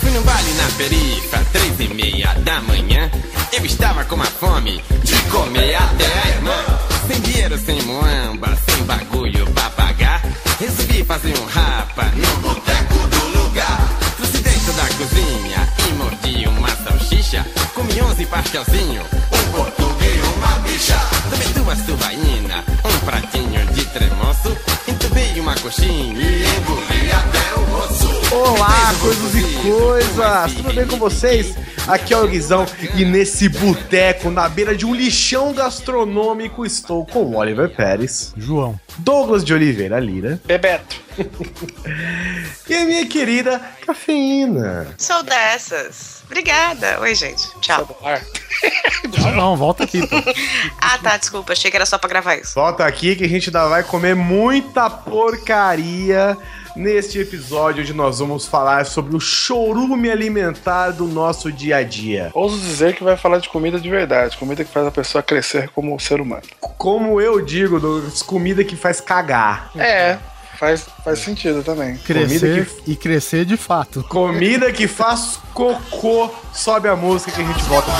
Fui num baile na perifa, três e meia da manhã. Eu estava com uma fome de comer até a irmã. Sem dinheiro, sem muamba, sem bagulho pra pagar. Resolvi fazer um rapa no boteco do lugar. Trouxe dentro da cozinha e mordi uma salsicha. Comi onze pastelzinho, um português e uma bicha. Tomei duas tubaína, um pratinho de tremoço. Entubei uma coxinha e engoli até o osso. Olá, coisas e coisas! Tudo bem com vocês? Aqui é o Guizão e nesse boteco, na beira de um lixão gastronômico, estou com o Oliver Pérez, João. Douglas de Oliveira Lira Bebeto. e a minha querida Cafeína. Sou dessas. Obrigada. Oi, gente. Tchau. Ar. Não, não, volta aqui, pô. Ah, tá. Desculpa. Achei que era só pra gravar isso. Volta aqui que a gente ainda vai comer muita porcaria neste episódio onde nós vamos falar sobre o chorume alimentar do nosso dia a dia. Ouso dizer que vai falar de comida de verdade, comida que faz a pessoa crescer como ser humano. Como eu digo, Douglas, comida que faz cagar. É, faz, faz sentido também. Crescer e crescer de fato. Comida que faz cocô. Sobe a música que a gente volta.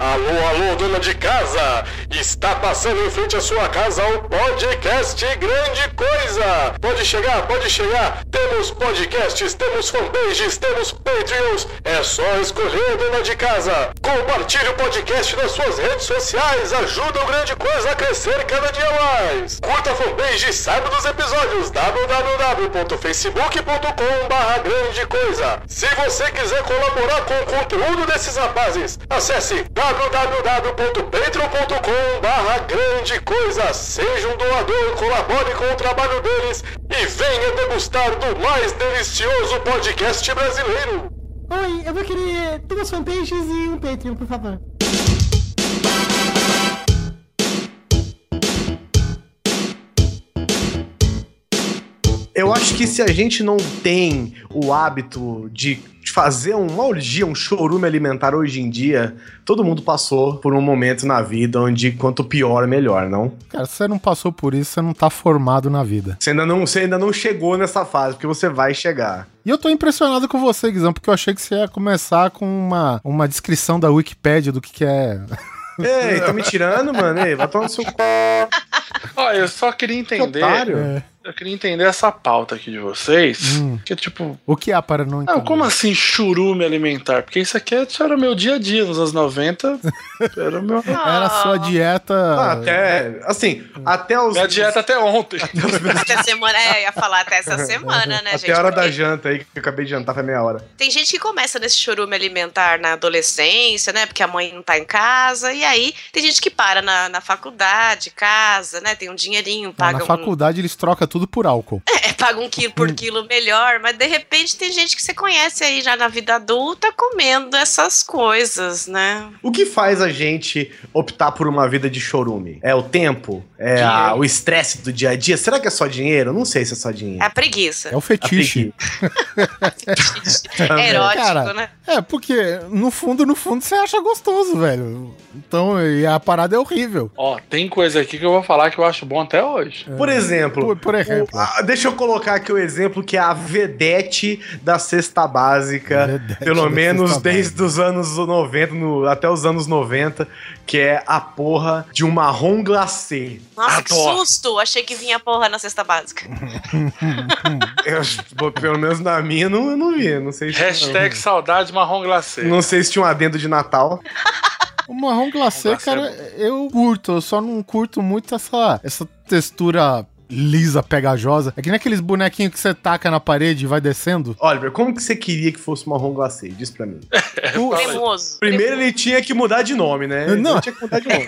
Alô, alô, dona de casa! Está passando em frente à sua casa o podcast Grande Coisa! Pode chegar, pode chegar! Temos podcasts, temos fanpages, temos Patreons! É só escolher, dona de casa! Compartilhe o podcast nas suas redes sociais! Ajuda o Grande Coisa a crescer cada dia mais! Curta a fanpage e saiba dos episódios www.facebook.com.br Grande Coisa! Se você quiser colaborar com o conteúdo desses rapazes, acesse www.patreon.com barra grande coisa. Seja um doador, colabore com o trabalho deles e venha degustar do mais delicioso podcast brasileiro. Oi, eu vou querer duas fanpages e um Patreon, por favor. Eu acho que se a gente não tem o hábito de fazer uma orgia, um chorume alimentar hoje em dia, todo mundo passou por um momento na vida onde quanto pior, melhor, não? Cara, se você não passou por isso, você não tá formado na vida. Você ainda não, você ainda não chegou nessa fase, porque você vai chegar. E eu tô impressionado com você, Guizão, porque eu achei que você ia começar com uma, uma descrição da Wikipédia do que, que é. Ei, tô me tirando, mano? Ei, vai tomar no seu c... Olha, eu só queria entender. otário. É. Eu queria entender essa pauta aqui de vocês. Hum. Que tipo. O que há para não entender? Não, como assim churume alimentar? Porque isso aqui é, isso era meu dia a dia nos anos 90. Era meu. assim? Era a Oh, sua dieta. Ah, até, assim, até os... Minha dieta até ontem. Até semana. É, eu ia falar até essa semana, né, gente? Até a hora da Porque janta aí, que eu acabei de jantar, foi meia hora. Tem gente que começa nesse chorume alimentar na adolescência, né? Porque a mãe não tá em casa. E aí tem gente que para na, na faculdade, casa, né? Tem um dinheirinho, Ah, paga Na um, faculdade eles trocam tudo por álcool. é, paga um quilo por quilo melhor. Mas de repente tem gente que você conhece aí já na vida adulta comendo essas coisas, né? O que faz a gente optar por uma vida de chorume? É o tempo? É a- o estresse do dia a dia? Será que é só dinheiro? Não sei se é só É a dinheiro. preguiça. É o fetiche. Tá É erótico, Cara, né? É, porque no fundo, no fundo, você acha gostoso, velho. Então, e a parada é horrível. Ó, tem coisa aqui que eu vou falar que eu acho bom até hoje. É. Por exemplo, Por, por exemplo. o- ah, deixa eu colocar aqui o exemplo que é a vedete da cesta básica, Vedete pelo da menos cesta desde básica. os anos 90, no- até os anos 90, que é a porra de um marrom glacê. Nossa, que Adoro. susto! Achei que vinha porra na cesta básica. Eu- pô, pelo menos na minha, eu não, eu não vi, não É. sei se... Hashtag saudade marrom glacê. Não sei se tinha um adendo de Natal. O marrom glacê, é Marrom glacê cara, eu curto. Eu só não curto muito essa, essa textura lisa, pegajosa. É que nem aqueles bonequinhos que você taca na parede e vai descendo. Oliver, como que você queria que fosse marrom glacê? Diz pra mim. O- Cremoso. Primeiro ele tinha que mudar de nome, né? Ele Não. tinha que mudar de nome.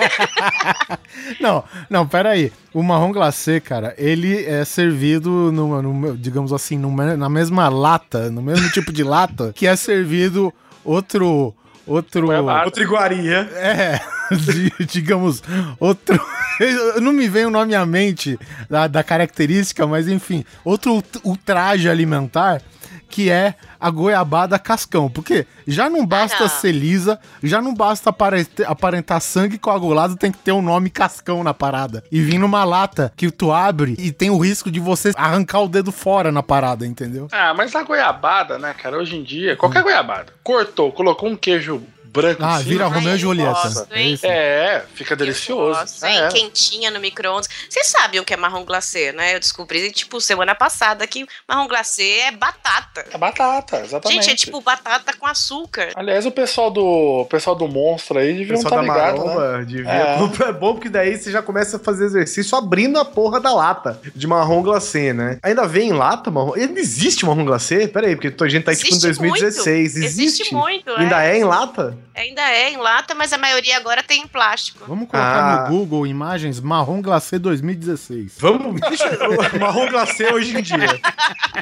Não, não, peraí. O marrom glacê, cara, ele é servido, numa, numa- digamos assim, numa- na mesma lata, no mesmo tipo de lata, que é servido outro. Outro. Goiabada. Outra iguaria. É, di- digamos, outro. eu- Não me vem o nome à mente da, da característica, mas enfim, outro ult- ultraje alimentar que é a goiabada cascão. Porque já não basta Ah. ser lisa, já não basta aparente- aparentar sangue coagulado, tem que ter um nome cascão na parada. E vir numa lata que tu abre e tem o risco de você arrancar o dedo fora na parada, entendeu? Ah, mas a goiabada, né, cara? Hoje em dia, qualquer Hum. goiabada. Cortou, colocou um queijo branco Ah, em cima. vira Romeu e Julieta. gosto, hein? isso. É, fica Eu delicioso. gosto, É. hein? Quentinha no micro-ondas. Vocês sabiam o que é marrom glacê, né? Eu descobri, tipo, semana passada que marrom glacê é batata. É batata, exatamente. Gente, é tipo batata com açúcar. Aliás, o pessoal do o pessoal do Monstro aí O devia estar pessoal tá da ligado, né? maromba devia. É. É. bom porque daí você já começa a fazer exercício abrindo a porra da lata de marrom glacê, né? Ainda vem em lata marrom? Ainda existe marrom glacê? Pera aí, porque a gente tá tipo em Existe 2016. muito. Existe? Existe muito, é. Ainda é em lata? Ainda é em lata, mas a maioria agora tem em plástico. Vamos colocar Ah. no Google imagens marrom glacê 2016. Vamos, deixa eu- marrom glacê hoje em dia.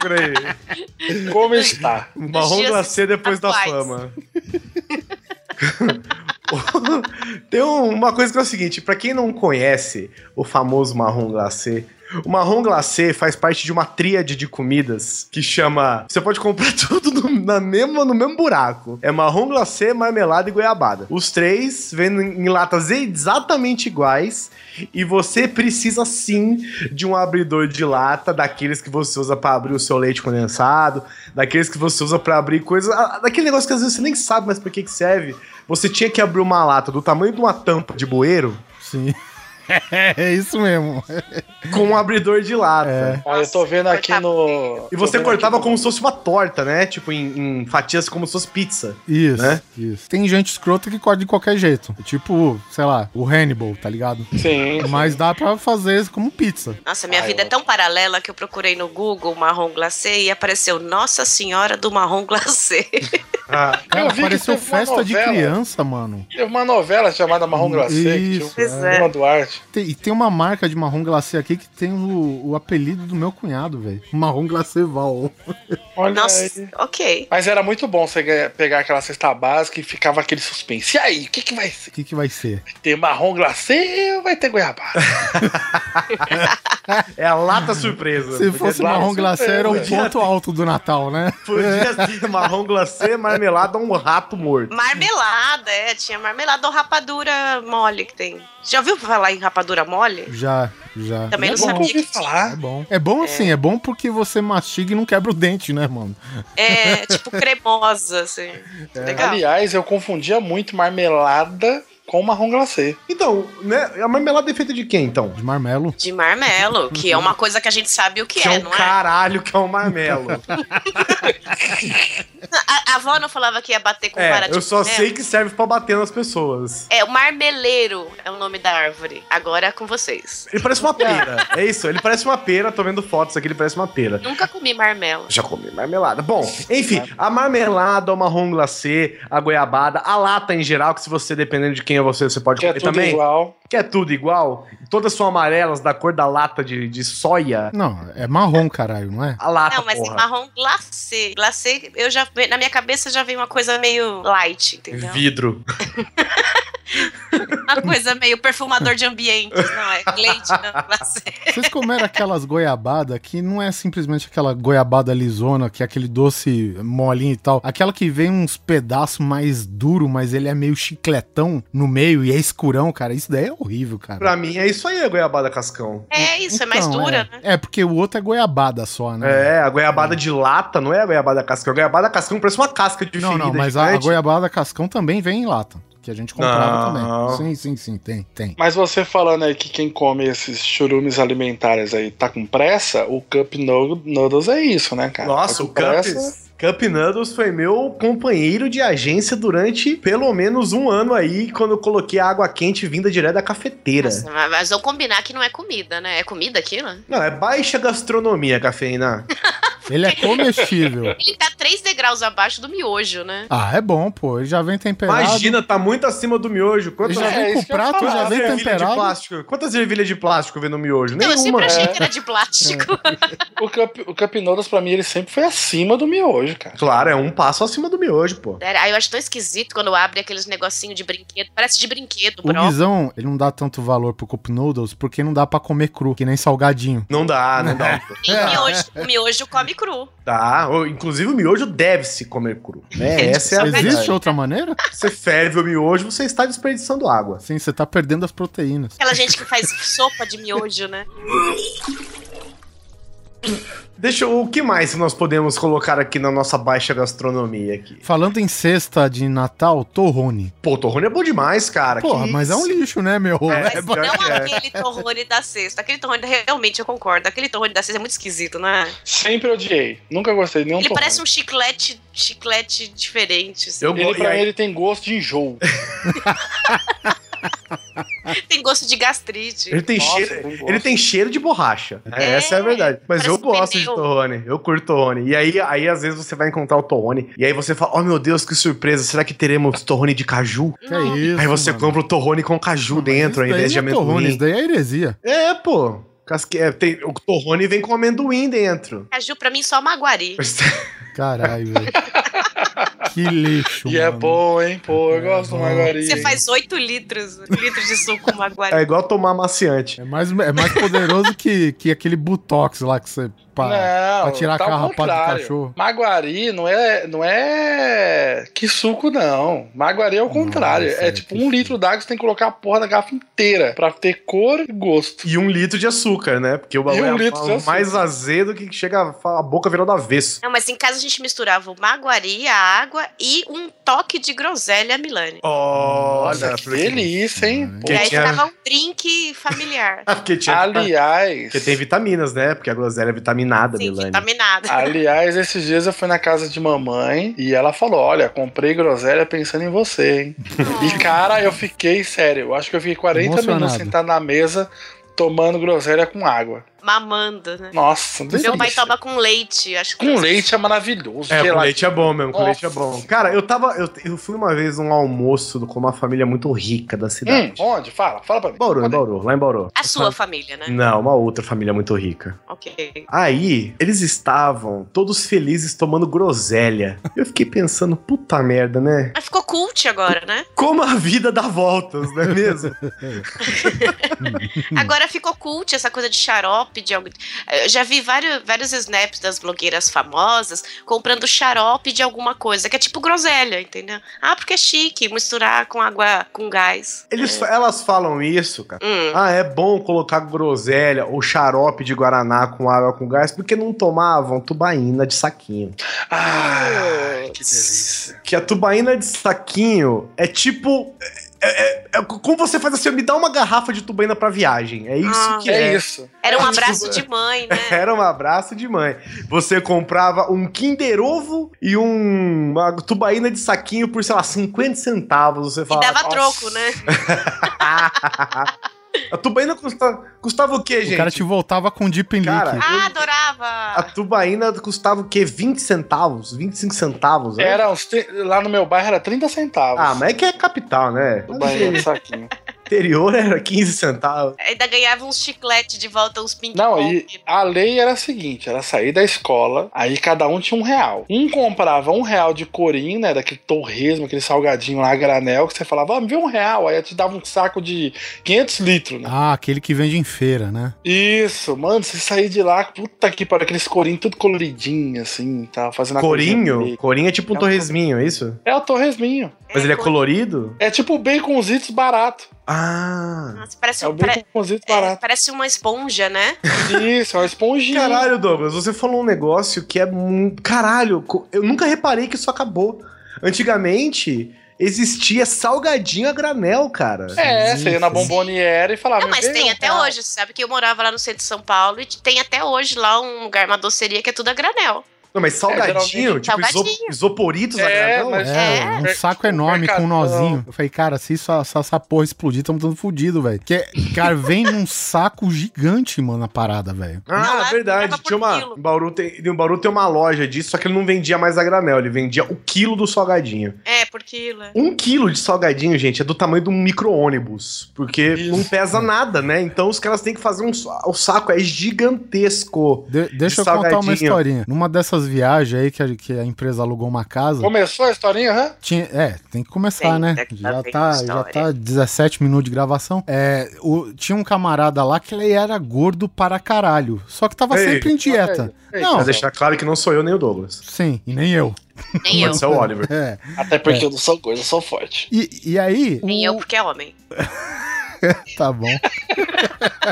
Peraí. né? Como está? O marrom dias glacê depois atuais. da fama. Tem um- uma coisa que é o seguinte, pra quem não conhece o famoso marrom glacê, o marrom glacê faz parte de uma tríade de comidas que chama. Você pode comprar tudo no, na mesma, no mesmo buraco. É marrom glacê, marmelada e goiabada. Os três vêm em latas exatamente iguais e você precisa sim de um abridor de lata, daqueles que você usa pra abrir o seu leite condensado, daqueles que você usa pra abrir coisas, a- daquele negócio que às vezes você nem sabe mais pra que que serve. Você tinha que abrir uma lata do tamanho de uma tampa de bueiro Sim. É isso mesmo. com um abridor de lata. É. Olha, eu tô vendo aqui cortava no. E você tô vendo cortava aqui como se fosse uma torta, né? Tipo, em, em fatias como se fosse pizza. Isso, né? isso. Tem gente escrota que corta de qualquer jeito. Tipo, sei lá, o Hannibal, tá ligado? no- Sim. Mas dá pra fazer como pizza. Nossa, minha Ai, vida é eu- tão paralela que eu procurei no Google marrom glacê e apareceu Nossa Senhora do Marrom Glacê. Ah, Eu Cara, vi que pareceu teve uma festa de novela. criança, mano. Teve uma novela chamada Marrom Glacê, que Isso, tinha é. o Lima Duarte. Tem- e tem uma marca de marrom glacê aqui que tem o, o apelido do meu cunhado, velho. Marrom glacê Val. Olha Nossa, aí. ok. Mas era muito bom você ganhar- pegar aquela cesta básica e ficava aquele suspense. E aí, o que, que vai ser? O que, que vai ser? Tem marrom glacê ou vai ter goiabada? é a lata surpresa. Se Podia- fosse lá, marrom isso glacê, mesmo, era o velho. ponto alto do Natal, né? Podia ser assim, marrom glacê, marmelada ou um rato morto. Marmelada, é, tinha marmelada ou rapadura mole que tem. Já ouviu falar em rapadura mole? Já, já. Também Eu não nunca sabia ouvi que tinha. falar. É bom. É bom assim, é bom porque você mastiga e não quebra o dente, né, mano? É, tipo cremosa, assim. É. Legal. Aliás, eu confundia muito marmelada com marrom glacê. Então, né? A marmelada é feita de quem, então? De marmelo. De marmelo, que é Uhum. uma coisa que a gente sabe o que, Que é é, um não é? caralho que é um marmelo. A, a avó não falava que ia bater com vara é, de eu só marmelo? sei que serve pra bater nas pessoas. É, o marmeleiro é o nome da árvore. Agora é com vocês. Ele parece uma pera. É isso, ele parece uma pera. Tô vendo fotos aqui, ele parece uma pera. Nunca comi marmelo. Já comi marmelada. Bom, enfim, a marmelada, o marrom glacê, a goiabada, a lata em geral, que se você, dependendo de quem é você, você pode Que é comer tudo também. igual. Que é tudo igual. Todas são amarelas, da cor da lata de, de soia. Não, é marrom, caralho, não é? A lata, não, mas é Ah, porra. marrom glacê. Glacê, eu já, na minha cabeça já vem uma coisa meio light, entendeu? Vidro. Uma coisa meio perfumador de ambientes, não é? Glade, não, é. glacê. Vocês comeram aquelas goiabada que não é simplesmente aquela goiabada lisona, que é aquele doce molinho e tal. Aquela que vem uns pedaços mais duro, mas ele é meio chicletão no meio e é escurão, cara. Isso daí é horrível, cara. Pra mim, é isso aí a goiabada cascão. É isso, é mais Então, dura, é. né? É, porque o outro é goiabada só, É, né? a goiabada de lata não é a goiabada cascão. A goiabada cascão parece uma casca de Não, ferida não, mas a, a gigante. goiabada cascão também vem em lata. que a gente comprava Não. também. Sim, sim, sim, tem, tem. Mas você falando aí que quem come esses churumes alimentares aí tá com pressa, o Cup no- Noodles é isso, né, cara? Nossa, tá o com Cup, Cup Noodles foi meu companheiro de agência durante pelo menos um ano aí, quando eu coloquei a água quente vinda direto da cafeteira. Nossa, mas mas vamos combinar que não é comida, né? É comida aquilo? Não, é baixa gastronomia, cafeína. Ele é comestível. Ele tá três degraus abaixo do miojo, né? Ah, é bom, pô. Ele já vem temperado. Imagina, tá muito acima do miojo. Ele Quantas, já É, vem com isso o que eu ia prato, falar, já vem ervilhas de temperado. plástico? Quantas ervilhas de plástico vem no miojo? Não, Então, assim eu sempre Nenhuma. É. achei que era de plástico. O Cup, o Cup Noodles, pra mim, ele sempre foi acima do miojo, cara. Claro, é um passo acima do miojo, pô. Sério, Aí eu acho tão esquisito quando abre aqueles negocinho de brinquedo. Parece de brinquedo, O bro. Guizão, ele não dá tanto valor pro Cup Noodles porque não dá pra comer cru, que nem salgadinho. Não dá, não dá. E miojo, o miojo come cru. Tá, ou- inclusive o miojo deve se comer cru. Né? Essa é a Existe. verdade. Existe outra maneira? Você ferve o miojo, você está desperdiçando água. Sim, você tá perdendo as proteínas. Aquela gente que faz sopa de miojo, né? Deixa eu- o que mais nós podemos colocar aqui na nossa baixa gastronomia aqui. Falando em cesta de Natal, torrone. Pô, torrone é bom demais, cara. Porra, Que mas é um isso? lixo, né, meu? É, Mas pior não que é. aquele torrone da cesta. Aquele torrone, da- realmente, eu concordo. Aquele torrone da cesta é muito esquisito, né? Sempre odiei. Nunca gostei de nenhum Ele torrão. parece um chiclete, chiclete diferente. assim. Eu Ele, go- pra e mim, aí- ele tem gosto de enjoo. Tem gosto de gastrite. Ele tem Nossa, cheiro. tem gosto. Ele tem cheiro de borracha. É, É, essa é a verdade. Mas parece eu um gosto de pneu. torrone. Eu curto torrone. E aí, aí, às vezes, você vai encontrar o torrone. E aí você fala: Oh, meu Deus, que surpresa. Será que teremos torrone de caju? Que é isso, aí você mano. compra o torrone com caju dentro, ao Isso daí invés de não é torrone, Isso amendoim. daí é heresia. É, pô. Casque... é, tem... O torrone vem com amendoim dentro. Caju, pra mim, só maguari. Caralho, velho. Que lixo, E mano. é bom, hein? Pô, eu gosto do margarina. Você faz 8 litros, litros de suco com maguari. É igual tomar maciante. É mais, é mais poderoso que, que aquele Botox lá que você... É, Pá. Não, pra tirar tá ao carrapato do contrário. cachorro. Maguari não é, não é que suco, não. Maguari é o contrário. Nossa, é é tipo que um suco. litro d'água, você tem que colocar a porra da garrafa inteira pra ter cor e gosto. E um litro de açúcar, né? Porque o bagulho um é litro de açúcar. mais azedo que chega a, fa- a boca virando avesso. Não, mas em casa a gente misturava o maguari, a água e um toque de groselha milani. Olha, Olha, que delícia, hein? Caralho. Pô, E aí tinha- ficava um drink familiar. Porque, tinha, Aliás, porque tem vitaminas, né? Porque a groselha é vitaminada, Sim, Milani. vitaminado. Ah, aliás, esses dias eu fui na casa de mamãe e ela falou: Olha, comprei groselha pensando em você, hein? E cara, eu fiquei, sério, eu acho que eu fiquei 40 minutos Emocionado. sentado na mesa tomando groselha com água. Mamando, né? Nossa, Meu pai delícia. toma com leite, acho que Com leite é maravilhoso. É, sei com lá. leite é bom mesmo, com Nossa. leite é bom. Cara, eu tava. Eu, eu fui uma vez num almoço do- com uma família muito rica da Hum, cidade. onde? Fala, fala pra mim. Bauru, em Onde? Bauru, lá em Bauru. A sua família, né? Não, uma outra família muito rica. Ok. Aí, eles estavam todos felizes tomando groselha. Eu fiquei pensando, puta merda, né? Mas ficou cult agora, né? Como a vida dá voltas, não é mesmo? Agora ficou cult essa coisa de xarope, de algo. Eu já vi vários, vários snaps das blogueiras famosas comprando xarope de alguma coisa, que é tipo groselha, entendeu? Ah, porque é chique misturar com água com gás. Eles, fa- elas falam isso, cara. Hum. Ah, é bom colocar groselha ou xarope de guaraná com água com gás, porque não tomavam tubaína de saquinho. Ah, que delícia. Que a tubaína de saquinho é tipo. É, é- é como você faz assim, me dá uma garrafa de tubaína pra viagem. É isso Ah, que é. É isso. Era um é abraço isso, de mãe, né? Era um abraço de mãe. Você comprava um Kinder Ovo e um, uma tubaína de saquinho por, sei lá, 50 centavos. Você E falava, dava "Nossa, troco, né? A tubaína custa, custava o quê, gente? O cara te voltava com Deep in Cara, Leak. Ah, A adorava! tubaína custava o quê? 20 centavos? 25 centavos? né? Era uns tri- lá no meu bairro era 30 centavos. Ah, mas é que é capital, né? do banheiro do saquinho. Interior era 15 centavos. Ainda ganhava uns chiclete de volta, uns ping Não, e a lei era a seguinte: era sair da escola, aí cada um tinha um real. Um comprava um real de corinho, né? Daquele torresmo, aquele salgadinho lá, granel, que você falava, ah, me vê um real. Aí eu te dava um saco de 500 litros, né? Ah, aquele que vende em feira, né? Isso, mano, você sair de lá, puta que pariu, aqueles corinhos tudo coloridinho, assim, tá fazendo a Corinho? coisinha Corinho é tipo um É um torresminho, é isso? É o torresminho. Mas ele é colorido? É tipo o baconzitos barato. Ah. Nossa, parece, É o um- pare- baconzitos é, barato. parece uma esponja, né? Isso, é uma esponjinha. Caralho, Douglas, você falou um negócio que é. mu- Caralho, co- eu nunca reparei que isso acabou. Antigamente. existia salgadinho a granel, cara. É, você ia na bomboniera e falava. Não, "Me Ah, mas vende tem um até real." hoje, você sabe que eu morava lá no centro de São Paulo e tem até hoje lá um lugar, uma doceria que é tudo a granel. Não, mas salgadinho, É, geralmente- tipo iso- Salgadinho. isoporitos a É, granel. mas- É, É. um saco enorme com um nozinho. Eu falei, cara, se isso, se essa porra explodir, tamo tudo fudido, velho. Porque, cara, vem num saco gigante, mano, a parada, velho. Não, Ah, lá verdade. comprava por Tinha uma, quilo. em, Bauru tem, em Bauru tem uma loja disso, só que ele não vendia mais a granel, ele vendia o quilo do salgadinho. É, por quilo. é. Um quilo de salgadinho, gente, é do tamanho de um micro-ônibus. Porque Isso. não pesa nada, né? Então os caras têm que fazer um. sa- O saco é gigantesco. De- deixa eu contar uma salgadinho. historinha. Numa dessas viagens aí que a, que a empresa alugou uma casa. Começou a historinha, hã? Tinha- é, tem que começar, Tem, né? tem que Já fazer tá, já história. tá 17 minutos de gravação. É, o- tinha um camarada lá que ele era gordo para caralho. Só que tava Ei, sempre em dieta. Ei, Não. Pra cara. deixar claro que não sou eu nem o Douglas. Sim, e nem eu. Nem eu. Pode ser o Oliver. É. Até porque eu não sou gordo, eu sou forte. E, e aí. Nem o- eu, porque é homem. Tá bom.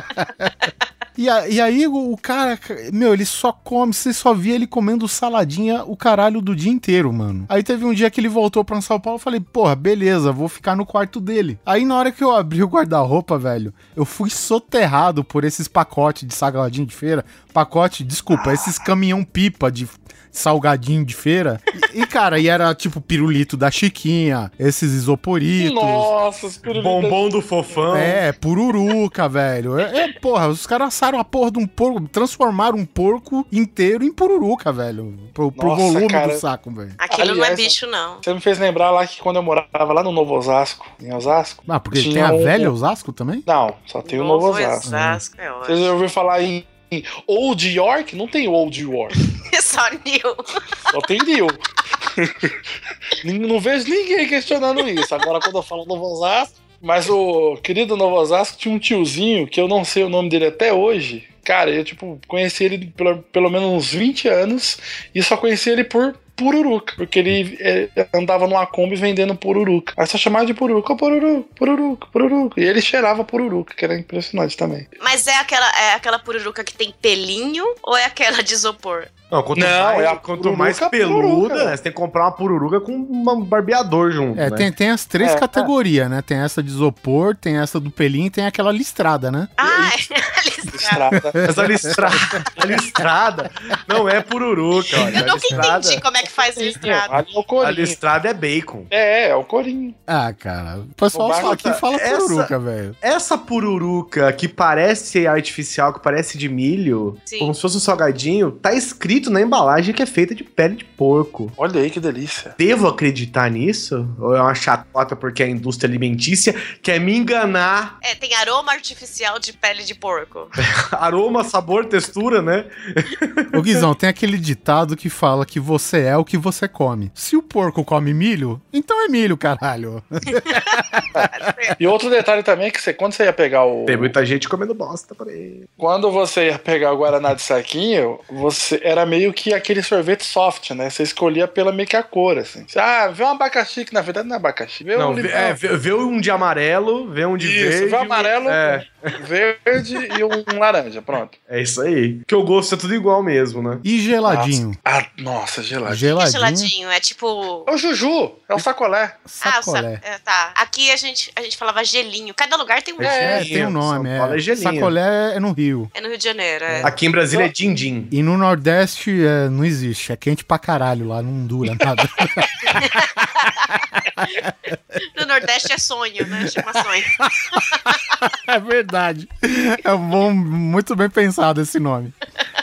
E, a- e aí, o, o cara, ca- meu, ele só come, você só via ele comendo saladinha o caralho do dia inteiro, mano. Aí teve um dia que ele voltou pra São Paulo, eu falei, porra, beleza, vou ficar no quarto dele. Aí na hora que eu abri o guarda-roupa, velho, eu fui soterrado por esses pacotes de salgadinho de feira. Pacote, desculpa, esses caminhão pipa de salgadinho de feira. E, e, cara, e era tipo pirulito da Chiquinha, esses isoporitos. Nossa, os pirulitos- Bombom do fofão. É, pururuca, velho. É, é, porra, os caras assaram a porra de um porco, transformaram um porco inteiro em pururuca, velho. Pro, pro Nossa, volume cara. do saco, velho. Aquilo não é Aliás, bicho, não. Você me fez lembrar lá que quando eu morava lá no Novo Osasco, em Osasco. Ah, porque Tinha tem a um- velha Osasco também? Não, só tem né? o Novo Osasco. Osasco, é ótimo. Vocês já ouviram falar em em Old York? Não tem Old York. Só Nil. Só tem New. Nin- não vejo ninguém questionando isso. Agora, quando eu falo Novo Osasco. Mas o querido Novo Osasco tinha um tiozinho que eu não sei o nome dele até hoje. Cara, eu, tipo, conheci ele pelo, pelo menos uns 20 anos e só conheci ele por pururuca. Porque ele é, andava numa Kombi vendendo pururuca. Aí só chamava de pururuca, ô pururuca, pururuca, pururuca. E ele cheirava pururuca, que era impressionante também. Mas é aquela, é aquela pururuca que tem pelinho ou é aquela de isopor? Não, quanto Não, mais, é a quanto pururuca, mais pururuca, peluda, né? velho. você tem que comprar uma pururuca com um barbeador junto. É, né? tem, tem as três É. categorias, né? Tem essa de isopor, tem essa do pelinho e tem aquela listrada, né? Ah, é listrada. Estrada. Mas a listrada, a listrada não é pururuca, olha. Eu A nunca listrada, entendi como é que faz listrada. Ali é o a corinho. listrada é bacon. É, é o corinho. Ah, cara, o pessoal Ô, só Marco, aqui fala essa- pururuca, velho. Essa pururuca que parece artificial, que parece de milho, Sim. como se fosse um salgadinho, tá escrito na embalagem que é feita de pele de porco. Olha aí que delícia. Devo acreditar nisso? Ou é uma chacota porque a indústria alimentícia quer me enganar? É, tem aroma artificial de pele de porco. Aroma, sabor, textura, né? Ô, Guizão, tem aquele ditado que fala que você é o que você come. Se o porco come milho, então é milho, caralho. E outro detalhe também é que você, quando você ia pegar o. Tem muita gente comendo bosta por aí. Quando você ia pegar o Guaraná de saquinho, você era meio que aquele sorvete soft, né? Você escolhia pela meio que a cor, assim. Você, Ah, vê um abacaxi, que na verdade não é abacaxi. Vê Não, um vê, limão. é, vê- vê um de amarelo, vê um de Isso, verde. vê um amarelo, É, verde e um laranja, pronto. é isso aí. Que o gosto é tudo igual mesmo, né? E geladinho. Ah, nossa, gelado. Que Geladinho. geladinho, é tipo. É o Juju, é o sacolé. Ah, o Sacolé. sa- é, tá. Aqui a gente, a gente falava gelinho. Cada lugar tem um É, nome. É, tem um nome. São Paulo é É. gelinho. Sacolé é no Rio. É no Rio de Janeiro. É. Aqui em Brasília é din-din. E no Nordeste é, não existe. É quente pra caralho lá, não dura nada. No Nordeste é sonho, né? Chama sonho. é verdade. É bom, muito bem pensado esse nome.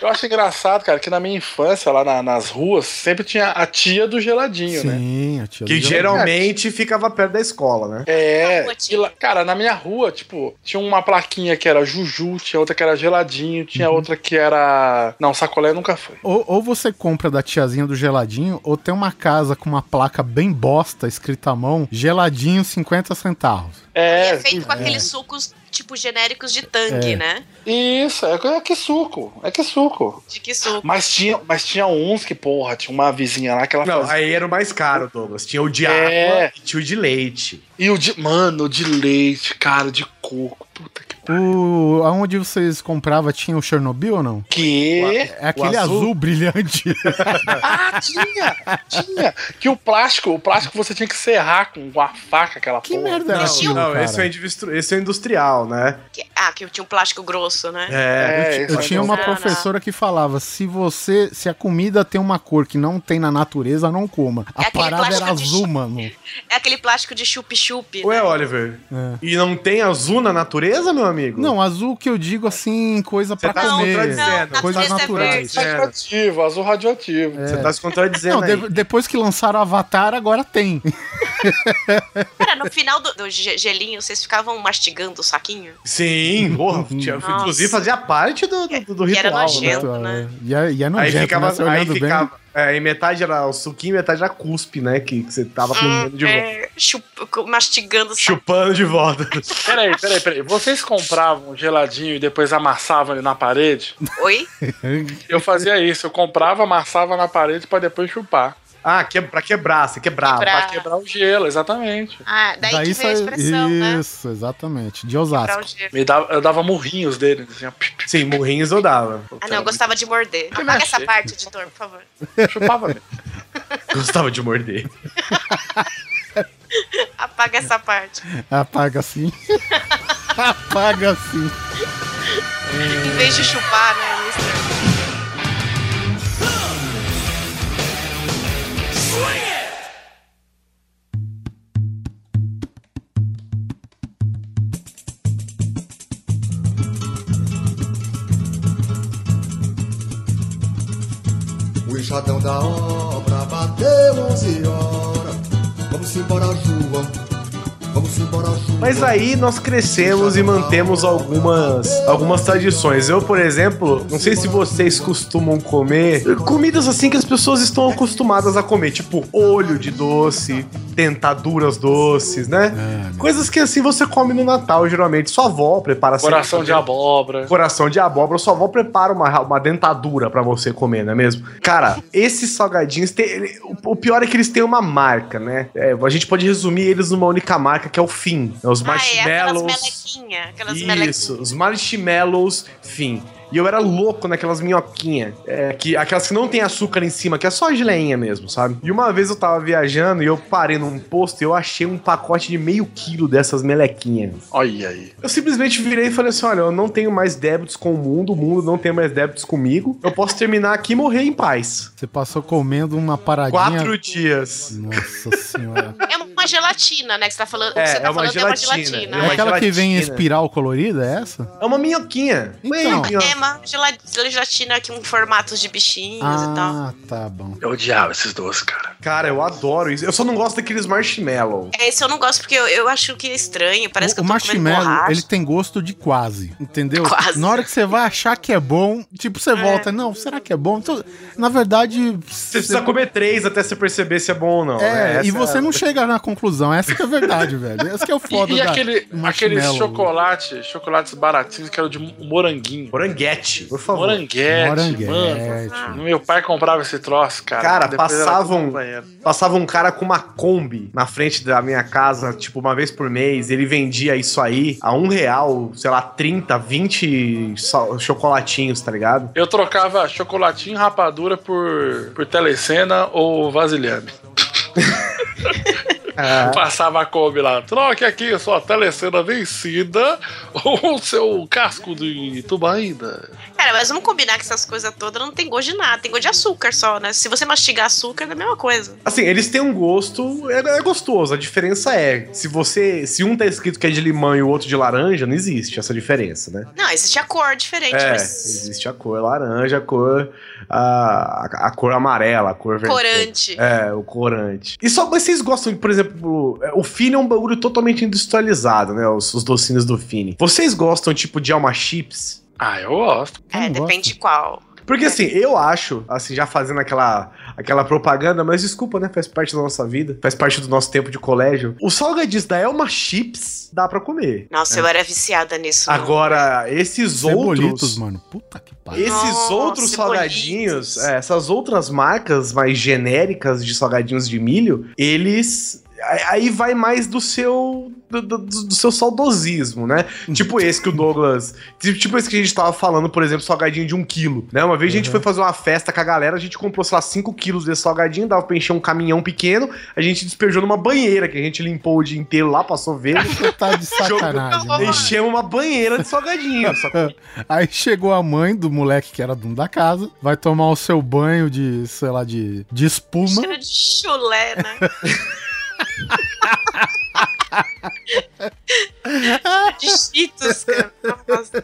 Eu acho engraçado, cara, que na minha infância, lá na- nas ruas, sempre tinha a tia do geladinho, né? Sim, a tia Que do geladinho. geralmente ficava perto da escola, né? É, Na rua tinha. e lá- cara, na minha rua, tipo, tinha uma plaquinha que era Juju, tinha outra que era Geladinho, tinha outra que era. Não, sacolé nunca foi. É, Ou, ou você compra da tiazinha do geladinho, ou tem uma casa com uma placa bem bosta escrita à mão, geladinho 50 centavos. E É, é feito com aqueles sucos, tipo, genéricos de tangue, É. né? isso, é, que- é que suco, é que suco. De que suco? Mas tinha, mas tinha uns que, porra, tinha uma vizinha lá que ela Não, fazia. aí era o mais caro, Douglas. Tinha o de água É. e tinha o de leite. E o de. Mano, o de leite, cara, de cu. Puta que O, aonde vocês compravam tinha o Chernobyl ou não? Que? É aquele azul? brilhante. Ah, tinha! Tinha! Que o plástico, o plástico você tinha que serrar com uma faca, aquela que porra. merda era um aquilo, Não, cara? esse é, industri- esse é industrial, né? Que- ah, que tinha um plástico grosso, né? É. É, Eu tinha uma Não, professora que falava: se você. Se a comida tem uma cor que não tem na natureza, não coma. A É aquele parada era plástico de azul, chi- mano. É aquele plástico de chup-chup. né? Ué, Oliver, É. e não tem azul na natureza, meu amigo? Não, azul que eu digo assim, coisa Você pra tá se comer. contradizendo. não, coisas natureza é naturais. verde. Radioativo, azul radioativo. Você tá se contradizendo Não, aí. de- depois que lançaram o Avatar, agora tem. Cara, no final do, do ge- gelinho, vocês ficavam mastigando o saquinho? Sim, porra, Hum. tinha- Nossa. inclusive fazia parte do, do, do Que era ritual, né? nojento. né? E é, e é Aí nojento, ficava, né? Você aí olhando bem. ficava, é, e metade era o suquinho, metade era cuspe, né, que, que você tava comendo de volta. É, chup- mastigando o saquinho. Chupando de volta. Peraí, peraí, peraí. Vocês compravam um geladinho e depois amassavam ele na parede? Oi? Eu fazia isso, eu comprava, amassava na parede pra depois chupar. Ah, que, pra quebrar, você quebrava. Quebrar. Pra quebrar o gelo, exatamente. Ah, daí, que veio a sai- expressão, né? Isso, exatamente. De Pra Ah, Osasco. onde... Me dava, eu dava murrinhos dele. Assim, ó, pi, pi, Sim, morrinhos eu dava. Ah, não, eu gostava de morder. Eu Apaga essa achei. parte, editor, por favor. chupava mesmo. Gostava de morder. Apaga essa parte. Apaga assim. Apaga assim. Em vez de chupar, né? Isso. O enxadão da obra bateu 11 horas. Vamos embora, João. Vamos embora, João. Mas aí nós crescemos e mantemos algumas, algumas tradições. Eu, por exemplo, não sei se vocês costumam comer comidas assim que as pessoas estão acostumadas a comer, tipo olho de doce, tentaduras doces, né? Coisas que assim você come no Natal, geralmente. Sua avó prepara Assim, sempre- Coração de abóbora. Coração de abóbora, sua avó prepara uma, uma dentadura pra você comer, não é mesmo? Cara, esses salgadinhos, têm, ele- o, o pior é que eles têm uma marca, né? É, a gente pode resumir eles numa única marca, que é o fim. Os Ah, é marshmallows. aquelas melequinhas. Aquelas isso, melequinhas. os marshmallows, fim. E eu era louco naquelas minhoquinhas, é, que, aquelas que não tem açúcar em cima, que é só geleinha mesmo, sabe? E uma vez eu tava viajando e eu parei num posto e eu achei um pacote de meio quilo dessas melequinhas. Olha aí. Eu simplesmente virei e falei assim: olha, eu não tenho mais débitos com o mundo, o mundo não tem mais débitos comigo. Eu posso terminar aqui e morrer em paz. Você passou comendo uma paradinha. Quatro dias. Nossa senhora. É uma gelatina, né? Que você tá falando. o que É, você tá é uma falando é uma gelatina. gelatina. É, uma aquela que vem em gelatina. espiral colorida, é essa? É uma minhoquinha. Então. Ei, minho- É uma gela- gelatina aqui com formatos de bichinhos e tal. Ah, tá bom. Eu odiava esses doces, cara. Cara, eu adoro isso. Eu só não gosto daqueles marshmallow. É, Esse eu não gosto porque eu, eu acho que é estranho. Parece o que eu o tô comendo marshmallow, borracha. ele tem gosto de quase, entendeu? Quase. Na hora que você vai achar que é bom, tipo, você volta, não, será que é bom? Então, na verdade, Você precisa comer três até você perceber se é bom ou não. né? É, Essa e você é- não chega na conclusão. Essa que é a verdade, velho. Essa que é o foda E, e da- aquele, do um aquele marshmallow. chocolate, chocolates baratinhos que era de moranguinho. Moranguete, por favor. Moranguete, Moranguete. mano. Meu pai comprava esse troço, cara. Cara, Depois era passava tudo um- banheiro. Passava um cara com uma Kombi na frente da minha casa, tipo, uma vez por mês. Ele vendia isso aí a um real, sei lá, 30, 20 so- chocolatinhos, tá ligado? Eu trocava chocolatinho e rapadura por, por telecena ou vasilhame. É. Passava a Kombi lá. Troque aqui sua telecena vencida ou o seu casco de tubaína. Cara, mas vamos combinar que essas coisas todas não tem gosto de nada, tem gosto de açúcar só, né? Se você mastigar açúcar, é a mesma coisa. Assim, eles têm um gosto, é, é gostoso. A diferença é, se você. Se um tá escrito que é de limão e o outro de laranja, não existe essa diferença, né? Não, existe a cor diferente, É, mas. existe a cor laranja, a cor. A, a- a cor amarela, a cor vermelha. Corante. É, o corante. E só vocês gostam, por exemplo, é, o Fini é um bagulho totalmente industrializado, né? Os, os docinhos do Fini. Vocês gostam, tipo, de alma chips? Ah, eu gosto. Eu É, não gosto. depende de qual. Porque assim, eu acho, assim, já fazendo aquela, aquela propaganda, mas desculpa, né? Faz parte da nossa vida, faz parte do nosso tempo de colégio. O salgadinho da Elma é Chips dá pra comer. Nossa, eu era viciada nisso. É. Agora, esses Cebolitos, outros. mano. Puta que pariu. Esses Nossa, outros Cebolitos. salgadinhos, é, essas outras marcas mais genéricas de salgadinhos de milho, eles. aí vai mais do seu do, do- do seu saudosismo, né? Tipo esse que o Douglas. Tipo tipo esse que a gente tava falando, por exemplo, salgadinho de um quilo, né? Uma vez Uhum. a gente foi fazer uma festa com a galera, a gente comprou, sei lá, 5 quilos desse salgadinho, dava pra encher um caminhão pequeno, a gente despejou numa banheira, que a gente limpou o dia inteiro lá, passou verde, Tá de sacanagem. né? enchemos uma banheira de salgadinho. só que Aí chegou a mãe do moleque que era dono da casa, vai tomar o seu banho de, sei lá, de, de espuma. Cheiro de chulé, né? de cheetos, cara. Nossa.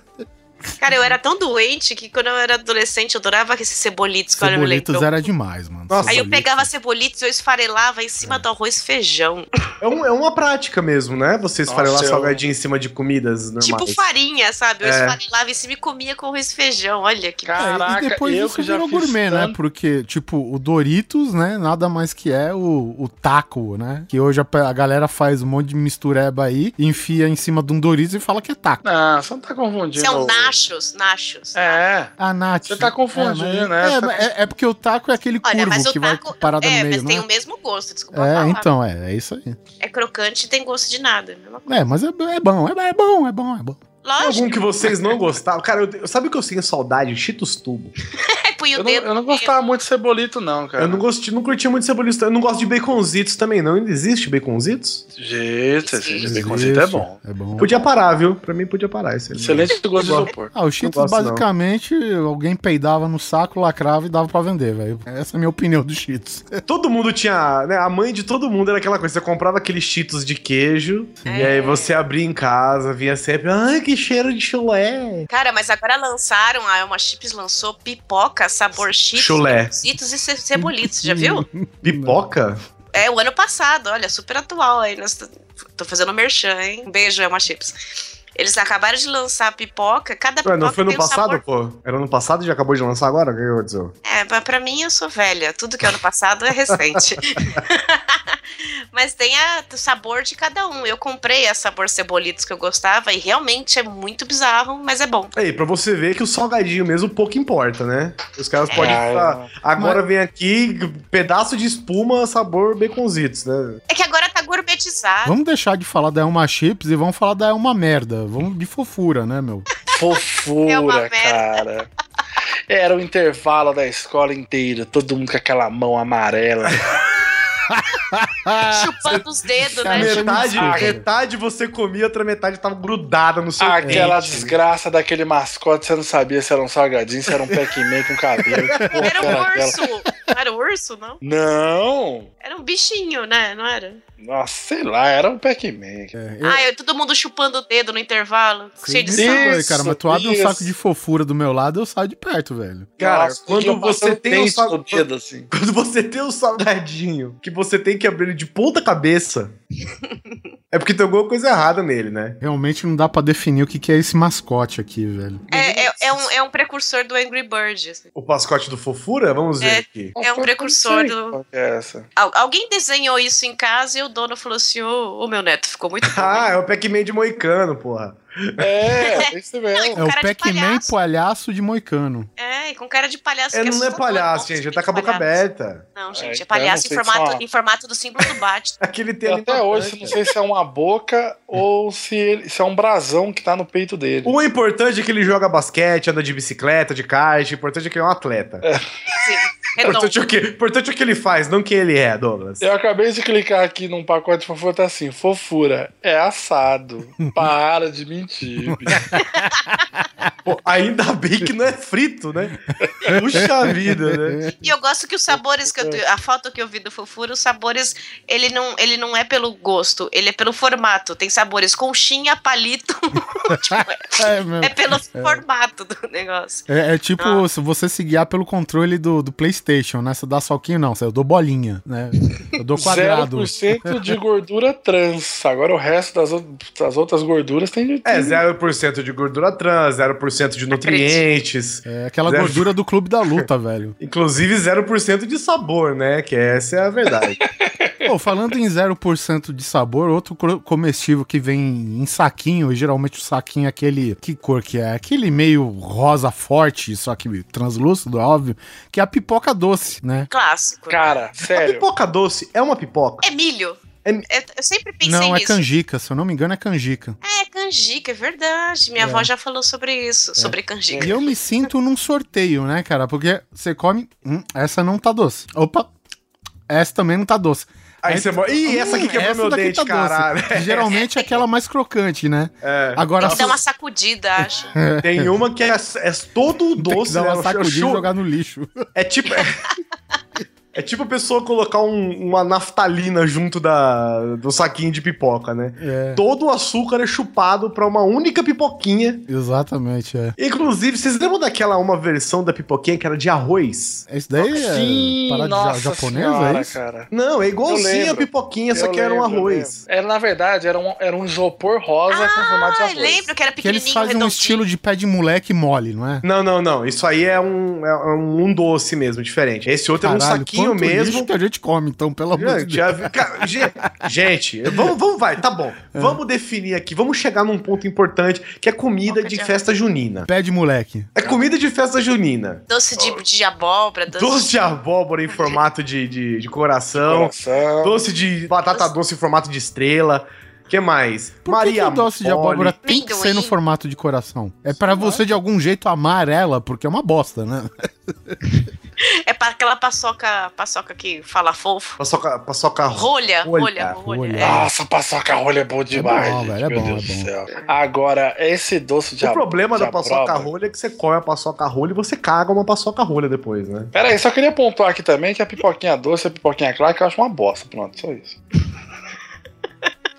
Cara, eu era tão doente que quando eu era adolescente eu adorava esses cebolitos, que olha, me Cebolitos lembrou. era demais, mano. Nossa, Aí eu Cebolitos. pegava cebolitos e eu esfarelava em cima do arroz e feijão. É, um- é uma prática mesmo, né? Você esfarelar eu- salgadinho em cima de comidas normais. Tipo farinha, sabe? Eu É. esfarelava em cima e comia com arroz e feijão. Olha que. É, Caraca, e depois eu isso que já virou fiz gourmet, né? tanto. Porque, tipo, o Doritos, né? Nada mais que é o, o taco, né? Que hoje a, pe- a galera faz um monte de mistureba aí, enfia em cima de um Doritos e fala que é taco. Não, você não tá confundindo. São é um nachos, nachos. É. Ah, Nath. Você tá confundindo, é, mas- né? É, Você tá mas é- é porque o taco é aquele Olha, mas curvo o que vai taco. parada é, no meio, mas tem né? o mesmo gosto, desculpa É, falar. então, é, é isso aí. É crocante e tem gosto de nada. mesma coisa. É, mas é, é bom, é, é bom, é bom, é bom. Tem Lógico, né? algum que vocês não gostaram? Cara, eu, sabe o que eu sinto saudade? Cheetos Tubo. é punho Eu o não, dedo. eu não gostava muito de cebolito, não, cara. Eu não, gosti, não curti muito cebolista. Eu não gosto de baconzitos também, não. Ainda existe baconzitos? Gente, esse Existe. baconzito é bom. É bom. Podia parar, viu? Pra mim podia parar esse ali. Excelente gosto de isopor. Ah, o Cheetos Não gosto, não. basicamente alguém peidava no saco, lacrava e dava pra vender, velho. Essa é a minha opinião do Cheetos. Todo mundo tinha. Né, a mãe de todo mundo era aquela coisa. Você comprava aqueles cheetos de queijo. É. E aí você abria em casa, vinha sempre. Ai, que cheiro de chulé. Cara, mas agora lançaram, a Elma Chips lançou pipoca, sabor chips, Chulé. Zitos e ce- cebolitos, já viu? Pipoca? É o ano passado, olha, super atual aí. Nós t- tô fazendo merchan, hein? Um beijo, Elma Chips. Eles acabaram de lançar a pipoca, cada Ué, pipoca. não foi tem no um sabor- passado, pô? Era no passado e já acabou de lançar agora? O que aconteceu? É, mas pra mim eu sou velha. Tudo que é ano passado é recente. mas tem a, o sabor de cada um. Eu comprei a sabor cebolitos que eu gostava e realmente é muito bizarro, mas é bom. Aí, pra você ver que o salgadinho mesmo pouco importa, né? Os caras É. podem Ah, ficar. Agora vem aqui pedaço de espuma sabor baconzitos, né? É que agora tá gourmetizado. Vamos deixar de falar da Elma Chips e vamos falar da Elma Merda. Vamos de fofura, né, meu? É uma merda. Fofura, cara. Era o intervalo da escola inteira, todo mundo com aquela mão amarela. Chupando os dedos, Tá né? mesmo. Metade, Ah, metade você comia, outra metade tava grudada no seu Aquela dente. desgraça daquele mascote, você não sabia se era um salgadinho, se era um Pac-Man com cabelo. Que porra Era um era aquela? urso. Não era um urso, não? Não! Era um bichinho, né? Não era? Nossa, sei lá, era um Pac-Man. É, Ah, eu- todo mundo chupando o dedo no intervalo. Cheio de isso, sangue. aí, cara, mas tu abre um isso. saco de fofura do meu lado, eu saio de perto, velho. Cara, Nossa, quando eu você passando tem um dente sal- no dedo, assim. Quando você tem um salgadinho que você tem que abrir ele de ponta cabeça, é porque tem alguma coisa errada nele, né? Realmente não dá pra definir o que, que é esse mascote aqui, velho. É, é- é um, é um precursor do Angry Bird. assim. O mascote do Fofura, vamos ver É. aqui. É um precursor do. Qual que é essa? Al- alguém desenhou isso em casa e o dono falou assim: ô, ô, meu neto, ficou muito bom. Ah, é o Pac-Man de Moicano, porra. É, isso mesmo. É o cara de Pac-Man palhaço. palhaço de moicano. É, e com cara de palhaço. É, que não é assustador, palhaço, nossa, gente. Já que tá com a boca palhaço. aberta. Não, É, gente, é então, palhaço em vocês são formato, a- em formato do símbolo do Batman. Aquele Eu tem ali. até hoje não sei se é uma boca ou se, ele- se é um brasão que tá no peito dele. O importante é que ele joga basquete, anda de bicicleta, de kart. O importante é que ele é um atleta. Sim, O assim, redondo. importante, é o que, o importante é o que ele faz, não quem ele é, Douglas. Eu acabei de clicar aqui num pacote de fofura, tá assim, fofura, é assado. Para de mentir. bicho. Pô, ainda bem que não é frito, né? Puxa vida, né? E eu gosto que os sabores que eu tenho, a foto que eu vi do Fofura, os sabores, ele não, ele não é pelo gosto, ele é pelo formato. Tem sabores conchinha, palito. tipo, é- É, meu. é pelo formato do negócio. É, é tipo Ah. se você se guiar pelo controle do, do PlayStation, né? Você dá soquinho, não. Você, eu dou bolinha, né? Eu dou quadrado. 0% de gordura trans. Agora o resto das, ou- das outras gorduras tem de. Uhum. É 0% de gordura trans, 0% de nutrientes, É aquela Zero- gordura do clube da luta, velho. inclusive 0% de sabor, né? Que essa é a verdade. Pô, falando em 0% de sabor, outro cro- comestível que vem em saquinho, e geralmente o saquinho é aquele. Que cor que é? Aquele meio rosa forte, só que translúcido, óbvio, que é a pipoca doce, né? Clássico. Cara, A sério. tipo pipoca doce é uma pipoca? É milho. Eu, eu sempre pensei Não, é nisso. canjica, se eu não me engano é canjica. É canjica, é verdade. Minha avó já falou sobre isso, sobre canjica. E eu me sinto num sorteio, né, cara? Porque você come. Hum, essa não tá doce. Opa! Essa também não tá doce. Aí você mora. Ih, essa aqui Hum, quebrou meu daqui dente, tá doce. caralho. Que Geralmente é aquela mais crocante, né? É. Agora, Tem que dar uma se- sacudida, acho. Tem uma que é, é todo tem que doce, dar né? uma sacudida e Chu- jogar no lixo. É tipo. É, é tipo a pessoa colocar um- uma naftalina junto da, do saquinho de pipoca, né? É, Todo o açúcar é chupado pra uma única pipoquinha. exatamente, é. Inclusive, vocês lembram daquela uma versão da pipoquinha que era de arroz? Isso daí né? é Sim, parada nossa ja- japonesa, senhora, é isso? cara. Não, é igualzinho a lembro. pipoquinha, só Eu que era um lembro, eu arroz. lembro. Era, na verdade, era um, era um isopor rosa com formato de Ah, arroz. lembro que era Que pequenininho, eles fazem um redondinho. estilo de pé de moleque mole, não é? Não, não, não. Isso aí é um, é um, um doce mesmo, diferente. Esse outro é um saquinho quanto mesmo. lixo que a gente come, então, pelo amor de Gente, Deus. já vi- cara, ge- gente, vamos, vamos, vai, tá bom. É. Vamos definir aqui, vamos chegar num ponto importante, que é comida Boca de de festa junina. Pé de moleque. É comida de festa junina. Doce de, de abóbora, doce, Doce de abóbora em formato de, de, de coração, Coração. doce de batata Doce- doce em formato de estrela, que mais? Por que, que o doce de mole. abóbora tem que Amendoim. ser no formato de coração? É pra você, de algum jeito, amar ela, porque é uma bosta, né? É para aquela paçoca, paçoca que fala fofo. Paçoca, paçoca Rolha, Rolha, rolha, rolha. rolha. é. Nossa, paçoca rolha é bom demais. bom, gente, velho, é meu bom, Deus é do céu. Agora, esse doce de O problema de da paçoca abóbora- rolha é que você come a paçoca rolha e você caga uma paçoca rolha depois, né? Pera aí, só queria pontuar aqui também que a pipoquinha doce e a pipoquinha clara que eu acho uma bosta. Pronto, só isso.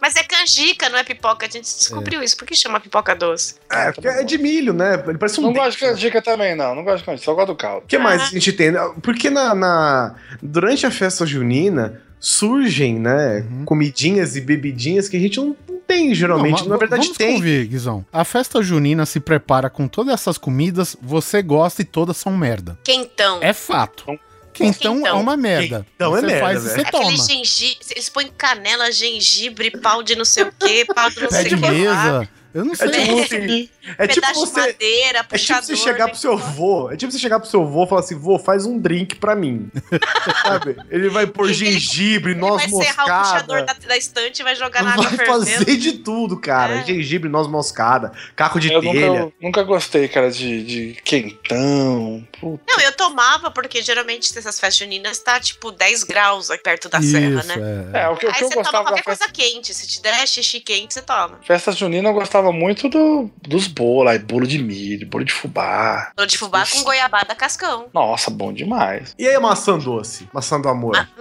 Mas é canjica, não é pipoca. A gente descobriu É. isso. Por que chama pipoca doce? É, porque é de milho, né? Ele parece um Não dente, gosto de canjica também, não. Não gosto de canjica, só gosto do caldo. O que mais a gente tem? né? Porque na, na- durante a festa junina surgem, né, Uhum. comidinhas e bebidinhas que a gente não não tem geralmente. Não, mas na verdade vamos tem. Convir, Guizão. A festa junina se prepara com todas essas comidas, você gosta e todas são merda. Quentão. É fato. Então- Quentão, é uma merda. Quentão é você merda, faz e velho. você Aquele toma. gengibre. Eles põem canela, gengibre, pau de não sei o quê, pau de não Pé sei de o que lá. mesa. Eu não É sei. tipo assim, é tipo pedaço de você madeira, é tipo puxador. você chegar pro seu né? avô, é tipo você chegar pro seu avô e falar assim, vô, faz um drink pra mim. Sabe? Ele vai pôr Ele- gengibre, Ele noz vai serrar o puxador moscada. da, da estante e vai jogar na água Vai fervendo. fazer de tudo, cara. É. Gengibre, noz moscada, caco de Eu telha. nunca, nunca gostei, cara, de, de quentão. Puta. Não, eu tomava, porque geralmente nessas festas juninas tá tipo 10 graus aí perto da serra, né? é. É, o que, o Aí que eu você toma gostava da qualquer festa, coisa quente. Se te der xixi quente, você toma. festa junina, eu gostava muito do, dos bolos, aí, bolo de milho, bolo de fubá. Tô de fubá Ixi. com goiabada cascão. Nossa, bom demais. E aí a maçã doce? Maçã do amor. Ah, Ah,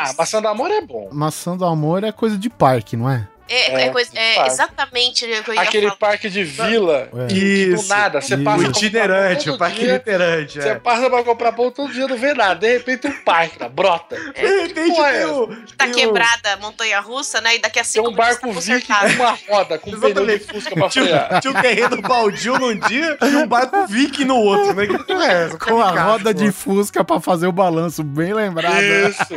nossa. maçã do amor é bom. Maçã do amor é coisa de parque, não é? É, é É, coisa- é parque. exatamente o que eu ia Aquele falar. parque de vila, É. que do Isso. nada, você Isso. passa O pra comprar itinerante, todo o parque dia, itinerante. Você É. passa pra comprar pão todo dia, não vê nada. De repente um parque, tá? brota. De repente Porra, tem é. o. Tá tem o- quebrada montanha russa, né? E daqui a Tem cinco um barco minutos tá viking consertado. com uma roda, com um pneu de Exatamente. fusca pra frear. Tinha, tinha um terreno baldio num dia e um barco viking no outro, né? Que porra é essa? Com a Cara, roda pô. de fusca pra fazer o balanço, bem lembrado. Isso.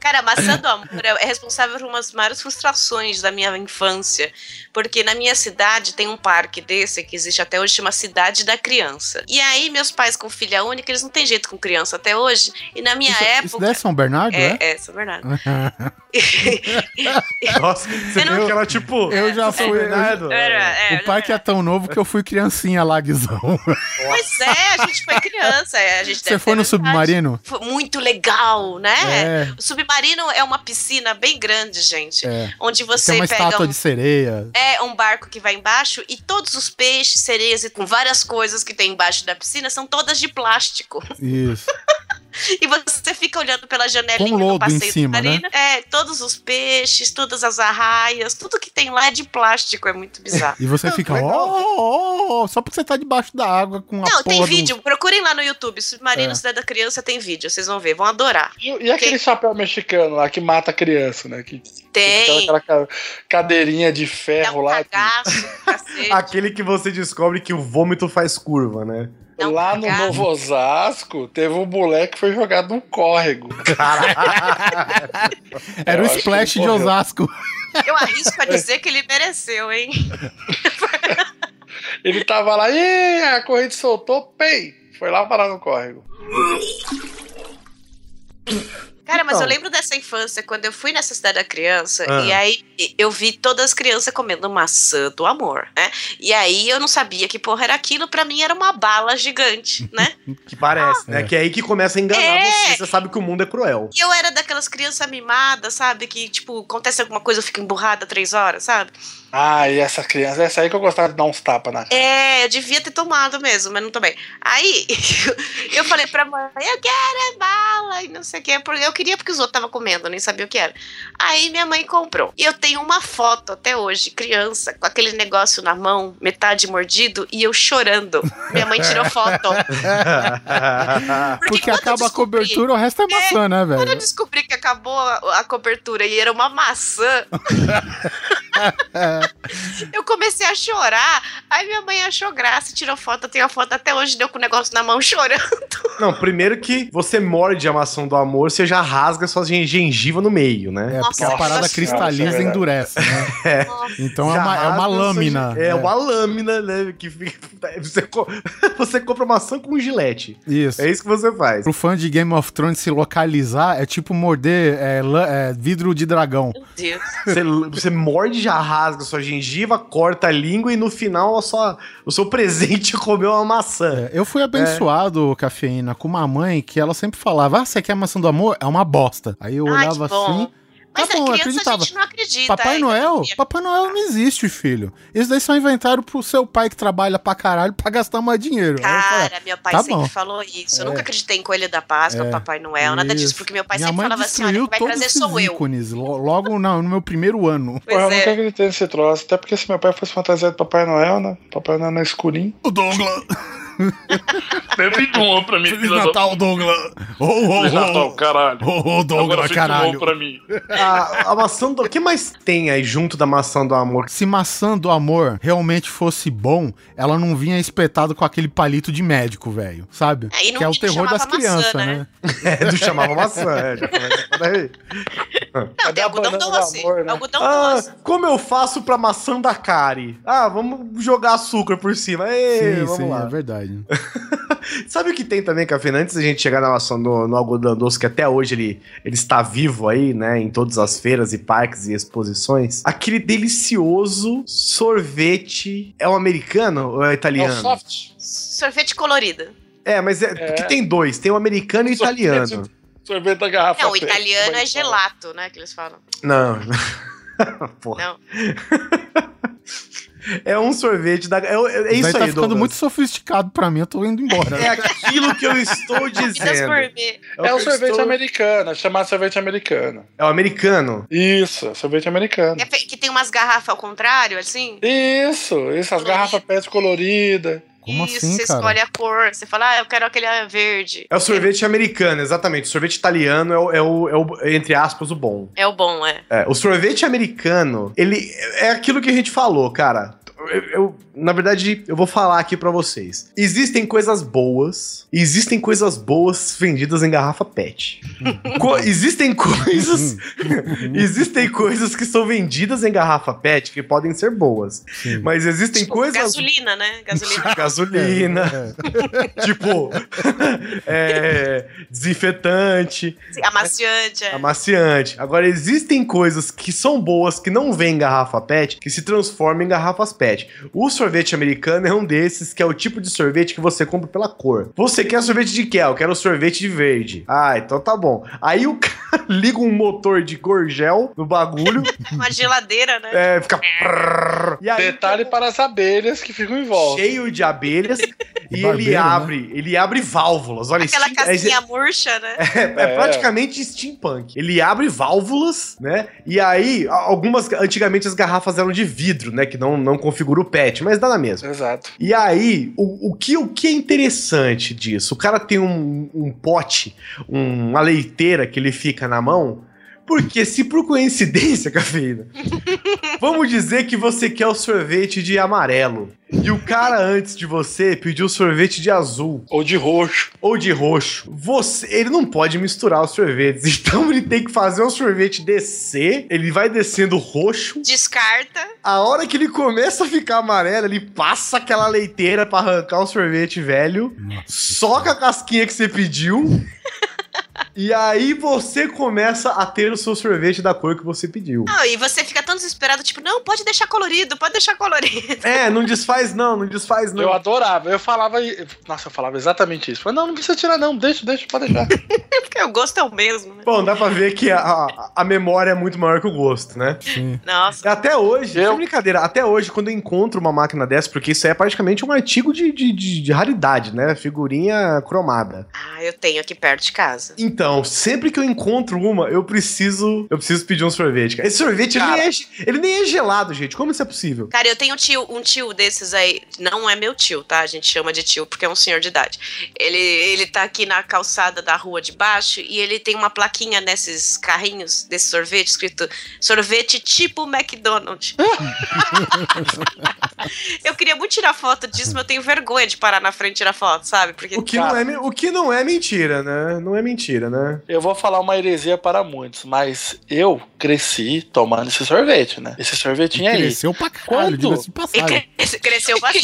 Cara, a maçã do amor é é responsável por umas maiores frustrações da minha infância. Porque na minha cidade tem um parque desse que existe até hoje, chama Cidade da Criança. E aí, meus pais com filha única, eles não têm jeito com criança até hoje. E na minha Isso, época. isso daí é São Bernardo, é? é, é, isso é verdade. Nossa, você Eu viu não- que ela, tipo. Eu já São fui. né? eu já- Bernardo? Era, é, O parque é tão novo que eu fui criancinha lá, Guizão. Pois é, a gente foi criança. é, A gente Você deve foi ter no verdade. submarino? Foi muito legal, né? É. O submarino é uma piscina bem grande, gente. É. Onde Tem você uma pega estátua um, de sereia. é, um barco que vai embaixo e todos os peixes, cerejas e com várias coisas que tem embaixo da piscina são todas de plástico. Isso. E você fica olhando pela janelinha Com do lodo em um passeio cima, né? submarino. É, todos os peixes, todas as arraias, tudo que tem lá é de plástico, é muito bizarro. E você fica, é "Oh, ó, ó, ó, só porque você tá debaixo da água com a Não, tem porra do- vídeo. Procurem lá no YouTube. Submarino É. Cidade da Criança tem vídeo. Vocês vão ver, vão adorar. E, e aquele chapéu mexicano lá que mata a criança, né? Que, que Tem. aquela ca- cadeirinha de Dá ferro um lá. que- cagaço, cacete. Aquele que você descobre que o vômito faz curva, né? dá um lá no cagaço. Novo Osasco, teve um moleque que foi jogado num córrego. Era Eu o acho que splash ele de morreu. Osasco. Eu É. arrisco a dizer que ele mereceu, hein? Ele tava lá, e a corrente soltou, pei! Foi lá parar no córrego. Cara, mas Então. eu lembro dessa infância, quando eu fui nessa cidade da criança, Ah. e aí eu vi todas as crianças comendo maçã do amor, né? E aí eu não sabia que porra era aquilo, pra mim era uma bala gigante, né? Que parece, né? É. Que é aí que começa a enganar É. você. Você sabe que o mundo é cruel. E eu era daquelas crianças mimadas, sabe? Que, tipo, acontece alguma coisa, eu fico emburrada três horas, sabe? Ah, e essa criança, essa aí que eu gostava de dar uns tapas na cara. É, eu devia ter tomado mesmo, mas não tomei. Aí eu falei pra mãe, eu quero é bala e não sei o que. porque Eu queria porque os outros estavam comendo, eu nem sabia o que era. Aí minha mãe comprou. E eu tenho uma foto até hoje, criança, com aquele negócio na mão, metade mordido, e eu chorando. Minha mãe tirou foto. Porque quando eu acaba a descobri- cobertura, o resto é maçã, né, Quando eu velho? descobri que acabou a, a cobertura e era uma maçã, eu comecei a chorar. Aí minha mãe achou graça, tirou foto. Eu tenho a foto até hoje, deu com o negócio na mão chorando. Não, primeiro que você morde a maçã do amor, você já rasga sua gen- gengiva no meio, né? É, porque Nossa, a parada nossa cristaliza senhora, e endurece, né? Então é Já uma, é rasga assim, uma sua lâmina. gen- É, uma lâmina, né? Que fica- você, co- você compra maçã com gilete. Isso. É isso que você faz. Pro fã de Game of Thrones se localizar, é tipo morder é, lã- é, vidro de dragão. Meu Deus. Você, você morde, já rasga sua gengiva, corta a língua e no final a sua- o seu presente comeu uma maçã. É, Eu fui abençoado, cafeína, com uma mãe que ela sempre falava: Ah, você quer maçã do amor? É uma bosta. Aí eu Ai, olhava que bom. assim. Mas tá bom, a eu criança acreditava. a gente não acredita. é, Papai aí, Noel? sabia? Papai Noel não existe, filho. Isso daí só inventaram pro seu pai que trabalha pra caralho pra gastar mais dinheiro. Aí eu falei, Cara, meu pai tá sempre bom. falou isso. Eu É. nunca acreditei em Coelho da Páscoa, É, Papai Noel, nada disso. isso. Porque meu pai Minha sempre mãe falava assim, olha, destruiu o que vai todos trazer sou esses eu. ícones. lo- Logo na- no meu primeiro ano. Porra, eu Pois nunca é. acreditei nesse troço. Até porque se meu pai fosse fantasiado de Papai Noel, né? Papai Noel no escurinho. O Douglas! Sempre bom um pra mim. filha da- Douglas! Ô, ô, Feliz Natal, caralho. Ô, ô, Agora fica bom pra mim. É A, a maçã do. O que mais tem aí junto da maçã do amor? Se maçã do amor realmente fosse bom, ela não vinha espetada com aquele palito de médico, velho. Sabe? É, e não- que é o e não terror chamava das crianças, maçã, né? né? É, do chamava maçã. É, já começa por aí. Não, Cadê tem a algodão banana do doce. amor, né? Algodão Ah, doce. como eu faço pra maçã da Kari? Ah, vamos jogar açúcar por cima. Ei, Sim, vamos sim, é lá. verdade. Sabe o que tem também, Café? Antes da gente chegar na maçã no, no algodão doce, que até hoje ele, ele está vivo aí, né? Em todas as feiras e parques e exposições. Aquele delicioso sorvete. É o americano ou é o É o italiano? soft. Sorvete colorido. É, mas é, É. Um que tem dois. Tem o americano e o Sorvete. italiano. Sorvete da garrafa. Não, o preta, italiano como é que fala? gelato, né? Que eles falam. Não. Porra. Não. É um sorvete da. É, é Daí isso aí, tá ficando Douglas. muito sofisticado pra mim, eu tô indo embora. É aquilo que eu estou Comidas dizendo. gourmet. que É eu o sorvete estou- americano, é chamado sorvete americano. É o americano. Isso, é sorvete americano. É fe- que tem umas garrafas ao contrário, assim. Isso, isso, as Colorido. garrafas pet coloridas. Como Isso, assim, você cara? escolhe a cor. Você fala, ah, eu quero aquele ah, verde. É o sorvete americano, exatamente. O sorvete italiano é o, é o- é o- entre aspas, o bom. É o bom, é. É, o sorvete americano, ele é aquilo que a gente falou, cara. Eu, eu- na verdade, eu vou falar aqui pra vocês. Existem coisas boas, e existem coisas boas vendidas em garrafa PET. Co- existem coisas, existem coisas que são vendidas em garrafa PET que podem ser boas, Sim. mas existem Tipo, coisas Gasolina, né? Gasolina. gasolina, tipo é, desinfetante, assim, Amaciante. é. amaciante. Agora, existem coisas que são boas, que não vêm em garrafa PET, que se transformam em garrafas PET. O sorvete americano é um desses, que é o tipo de sorvete que você compra pela cor. Você quer sorvete de quê? Ah, Eu quero sorvete de verde. Ah, então tá bom. Aí o cara liga um motor de gorgel no bagulho, Uma geladeira, né? é, fica... prrr, E aí, tá Detalhe para as abelhas que ficam em volta. cheio de abelhas, e ele barbeiro, né? abre, ele abre válvulas. Olha, Aquela steam- é- casinha murcha, né? É, é praticamente steampunk. Ele abre válvulas, né? E aí, a- algumas. Antigamente as garrafas eram de vidro, né? Que não, não configura o PET, mas dá na mesma. Exato. E aí, o, o que, o que é interessante disso? O cara tem um, um pote, um- uma leiteira que ele fica na mão. Porque se por coincidência, cafeína, vamos dizer que você quer o sorvete de amarelo. E o cara antes de você pediu sorvete de azul Ou de roxo. ou de roxo, você, ele não pode misturar os sorvetes. Então ele tem que fazer um sorvete descer, ele vai descendo roxo. Descarta. A hora que ele começa a ficar amarelo, ele passa aquela leiteira pra um arrancar o sorvete velho, soca a casquinha que você pediu. E aí você começa a ter o seu sorvete da cor que você pediu. Não, Ah, e você fica tão desesperado, tipo, não, pode deixar colorido, pode deixar colorido. É, não desfaz não, não desfaz não. Eu adorava, eu falava. Nossa, eu falava exatamente isso. Mas não, não precisa tirar, não. Deixa, deixa, pode deixar. Porque o gosto é o mesmo. né? Bom, dá pra ver que a- a, a memória é muito maior que o gosto, né? Nossa. Até hoje, Eu- sem brincadeira, até hoje, quando eu encontro uma máquina dessa, porque isso é praticamente um artigo de, de, de- de raridade, né? Figurinha cromada. Ah, eu tenho aqui perto de casa. Então, sempre que eu encontro uma, eu preciso. Eu preciso pedir um sorvete, cara. Esse sorvete ele Cara. nem, é, ge- ele nem é gelado, gente. Como isso é possível? Cara, eu tenho um tio, um tio desses aí. Não é meu tio, tá? A gente chama de tio porque é um senhor de idade. Ele, ele tá aqui na calçada da rua de baixo e ele tem uma plaquinha nesses carrinhos desse sorvete escrito sorvete tipo McDonald's. eu queria muito tirar foto disso, mas eu tenho vergonha de parar na frente e tirar foto, sabe? Porque. O que, não é, me- o que não é mentira, né? Não é mentira, né? Eu vou falar uma heresia para muitos, mas eu cresci tomando esse sorvete, né? Esse sorvetinho aí. Cresceu pra caralho, Quanto? diga-se de E passagem. cre- cresceu bastante.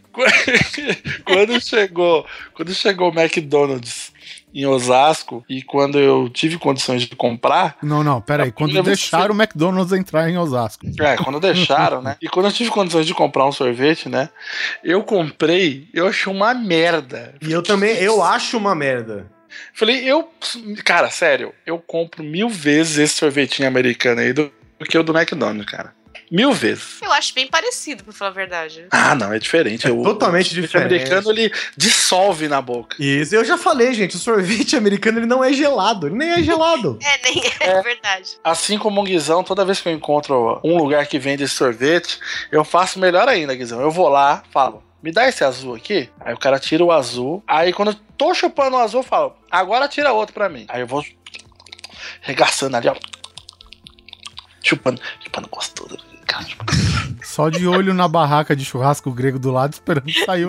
quando chegou, quando chegou o McDonald's em Osasco e quando eu tive condições de comprar, Não, não, peraí. A Quando primeira vez que deixaram o McDonald's entrar em Osasco. é, quando deixaram, né? E quando eu tive condições de comprar um sorvete, né? Eu comprei, eu achei uma merda. E eu também, eu acho uma merda. Falei, eu, cara, sério, eu compro mil vezes esse sorvetinho americano aí do, do que o do McDonald's, cara. Mil vezes. Eu acho bem parecido, pra falar a verdade. Ah, não, é diferente. o- Totalmente O sorvete diferente. americano ele dissolve na boca. Isso, eu já falei, gente, o sorvete americano ele não é gelado, ele nem é gelado. É, nem é verdade. Assim como o Guizão, toda vez que eu encontro um lugar que vende esse sorvete, eu faço melhor ainda, Guizão. Eu vou lá, falo, me dá esse azul aqui. Aí o cara tira o azul. Aí quando eu tô chupando o azul, eu falo, agora tira outro pra mim. Aí eu vou regaçando ali, ó. Chupando, chupando gostoso. Cara, chupando. Só de olho na barraca de churrasco grego do lado, esperando sair o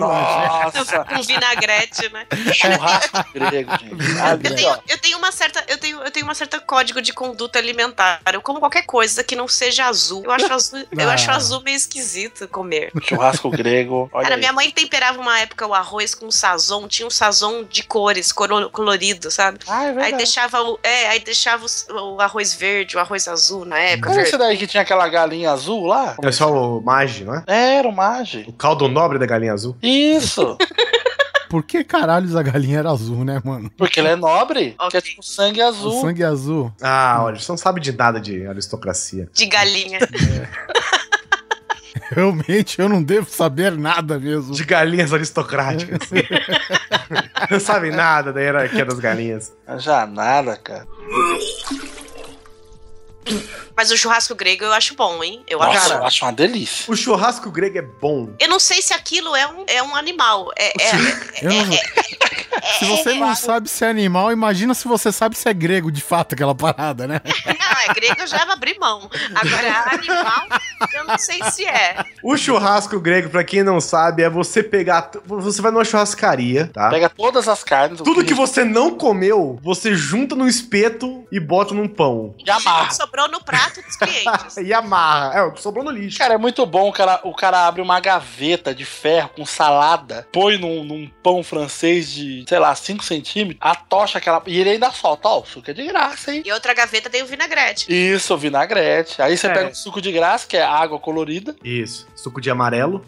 lanche. Nossa, Com vinagrete, né? churrasco grego, gente. Eu Ali, ó. tenho, eu tenho uma certa, eu tenho, eu tenho uma certa código de conduta alimentar. Eu como qualquer coisa que não seja azul. Eu acho azul, eu Ah. acho azul meio esquisito comer. Churrasco grego. Olha Cara, aí. minha mãe temperava uma época o arroz com sazon, tinha um sazon de cores, coro- colorido, sabe? Ah, é Aí verdade. deixava o, é, aí deixava os- o, arroz verde, o arroz azul na época. Cadê esse Verde. daí que tinha aquela galinha azul lá? É só o Mage, não é? É, Era o Mage. O caldo nobre da galinha azul. Isso! Por que caralhos a galinha era azul, né, mano? Porque ele é nobre. Ok. Que é tipo sangue azul. O sangue é azul. Ah, olha, você não sabe de nada de aristocracia. De galinha. Realmente eu não devo saber nada mesmo. De galinhas aristocráticas. não sabe nada da hierarquia das galinhas. Ah, Já nada, cara. Mas o churrasco grego eu acho bom, hein? Eu Nossa, acho. eu acho uma delícia. O churrasco grego é bom. Eu não sei se aquilo é um, é um animal. É, é- Eu não- Se você não sabe se é animal, imagina se você sabe se é grego de fato aquela parada, né? Não, é grego, eu já abri mão. Agora, é animal, eu não sei se é. O churrasco grego, pra quem não sabe, é você pegar. Você vai numa churrascaria, tá? Pega todas as carnes. o Tudo que você não comeu, você junta no espeto e bota num pão. E amarra. Sobrou no prato dos clientes. E amarra. É, o que sobrou no lixo. Cara, é muito bom. O cara, o cara abre uma gaveta de ferro com salada, põe num, num pão francês de, sei lá, 5 centímetros, atocha aquela. E ele ainda solta, ó, o suco é de graça, hein? E outra gaveta tem o vinagrete. Isso, vinagrete. Aí você É. pega o suco de graça, que é água colorida. Isso. Suco de amarelo.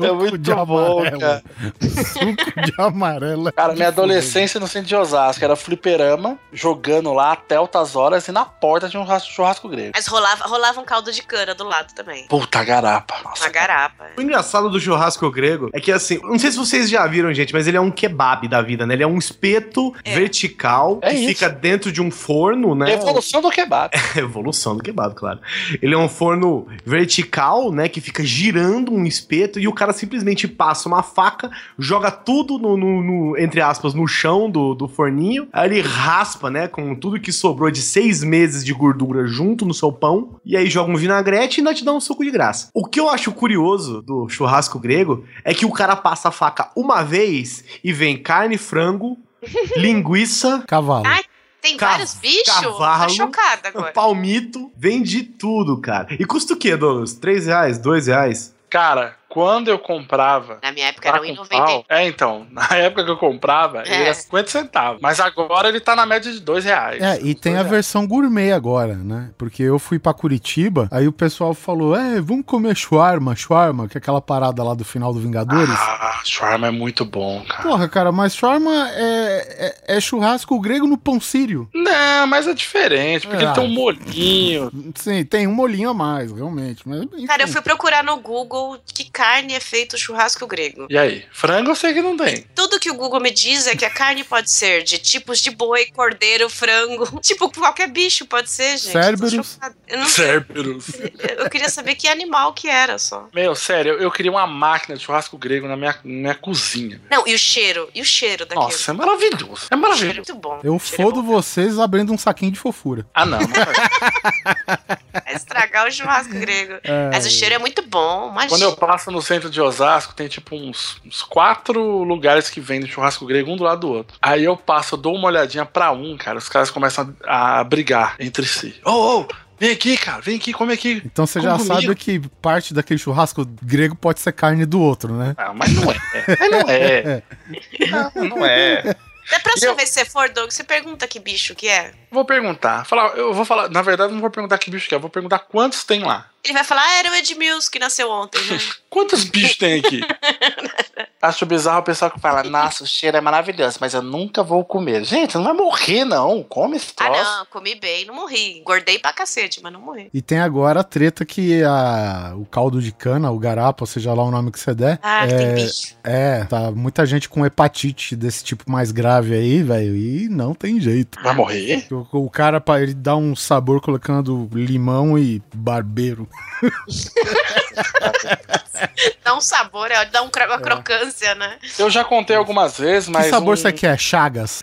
é muito de bom, amarelo. cara. Suco de amarelo. Cara, minha adolescência no centro de Osasco era fliperama, jogando lá até altas horas e na porta tinha um churrasco- churrasco grego. Mas rolava, rolava um caldo de cana do lado também. Puta garapa. Uma Nossa, garapa. O engraçado do churrasco grego é que, assim, não sei se vocês já viram, gente, mas ele é um kebab da vida, né? Ele é um espeto É. vertical É que isso. É, fica dentro de um forno, né? Evolução do kebab. Evolução do kebab, claro. Ele é um forno vertical, né? Que fica girando um espeto e o cara simplesmente passa uma faca, joga tudo no, no- no- entre aspas, no chão do, do forninho. Aí ele raspa, né? Com tudo que sobrou de seis meses de gordura junto no seu pão. E aí joga um vinagrete e ainda te dá um suco de graça. O que eu acho curioso do churrasco grego é que o cara passa a faca uma vez e vem carne, frango, linguiça. Cavalo. Ai, Tem Ca- vários bichos? Tô cavalo. Um chocada agora. Palmito, vende tudo, cara. E custa o quê, Douglas? 3 reais, 2 reais? Cara, Quando eu comprava. Na minha época lá era com 1,90. pau- É, então. Na época que eu comprava, É. ele era 50 centavos. Mas agora ele tá na média de 2 reais. É, e tem a versão gourmet agora, né? Porque eu fui pra Curitiba, aí o pessoal falou: é, vamos comer shawarma, shawarma, que é aquela parada lá do final do Vingadores. Ah, shawarma é muito bom, cara. Porra, cara, mas shawarma é, é, é churrasco grego no pão sírio. Não, mas é diferente, porque É. ele tem um molhinho. Sim, tem um molinho a mais, realmente. Mas, enfim. Cara, eu fui procurar no Google que carne é feito churrasco grego. E aí? Frango eu sei que não tem. Tudo que o Google me diz é que a carne pode ser de tipos de boi, cordeiro, frango. Tipo, qualquer bicho pode ser, gente. Tô Cerberus. chocada. Eu, não- Cerberus. eu queria saber que animal que era só. Meu, sério, eu, eu queria uma máquina de churrasco grego na minha, na minha cozinha. Não, e o cheiro. E o cheiro daquilo. Nossa, é maravilhoso. É O cheiro é maravilhoso. muito bom. Eu O cheiro é fodo vocês abrindo um saquinho de fofura. Ah, não. não vai. bom. Vai estragar o churrasco grego. Mas o cheiro é muito bom. Imagina. Quando eu passo no centro de Osasco, tem tipo uns, uns quatro lugares que vendem churrasco grego, um do lado do outro. Aí eu passo, eu dou uma olhadinha pra um, cara, os caras começam a, a brigar entre si. Ô, ô, vem aqui, cara, vem aqui, come aqui. Então você já Como sabe comigo? que parte daquele churrasco grego pode ser carne do outro, né? Ah, mas não é. Mas não é. Não, não é. Da próxima eu- vez que você for, Doug, você pergunta que bicho que é. Vou perguntar. Falar, eu vou falar, na verdade, não vou perguntar que bicho que é, eu vou perguntar quantos tem lá. Ele vai falar, ah, era o Edmilson que nasceu ontem, né? Quantos bichos tem aqui? Acho bizarro o pessoal que fala, nossa, o cheiro é maravilhoso, mas eu nunca vou comer. Gente, não vai morrer, não. Come esse ah, troço. não, comi bem, não morri. Engordei pra cacete, mas não morri. E tem agora a treta que a, o caldo de cana, o garapa, seja lá o nome que você der, Ah, que tem bicho. é, tá muita gente com hepatite desse tipo mais grave aí, velho, e não tem jeito. Vai morrer? O, o cara, pá, ele dá um sabor colocando limão e barbeiro. Dá um sabor, é, dá um cro- uma crocância, né? Eu já contei algumas vezes, mas que sabor um- você quer? Chagas?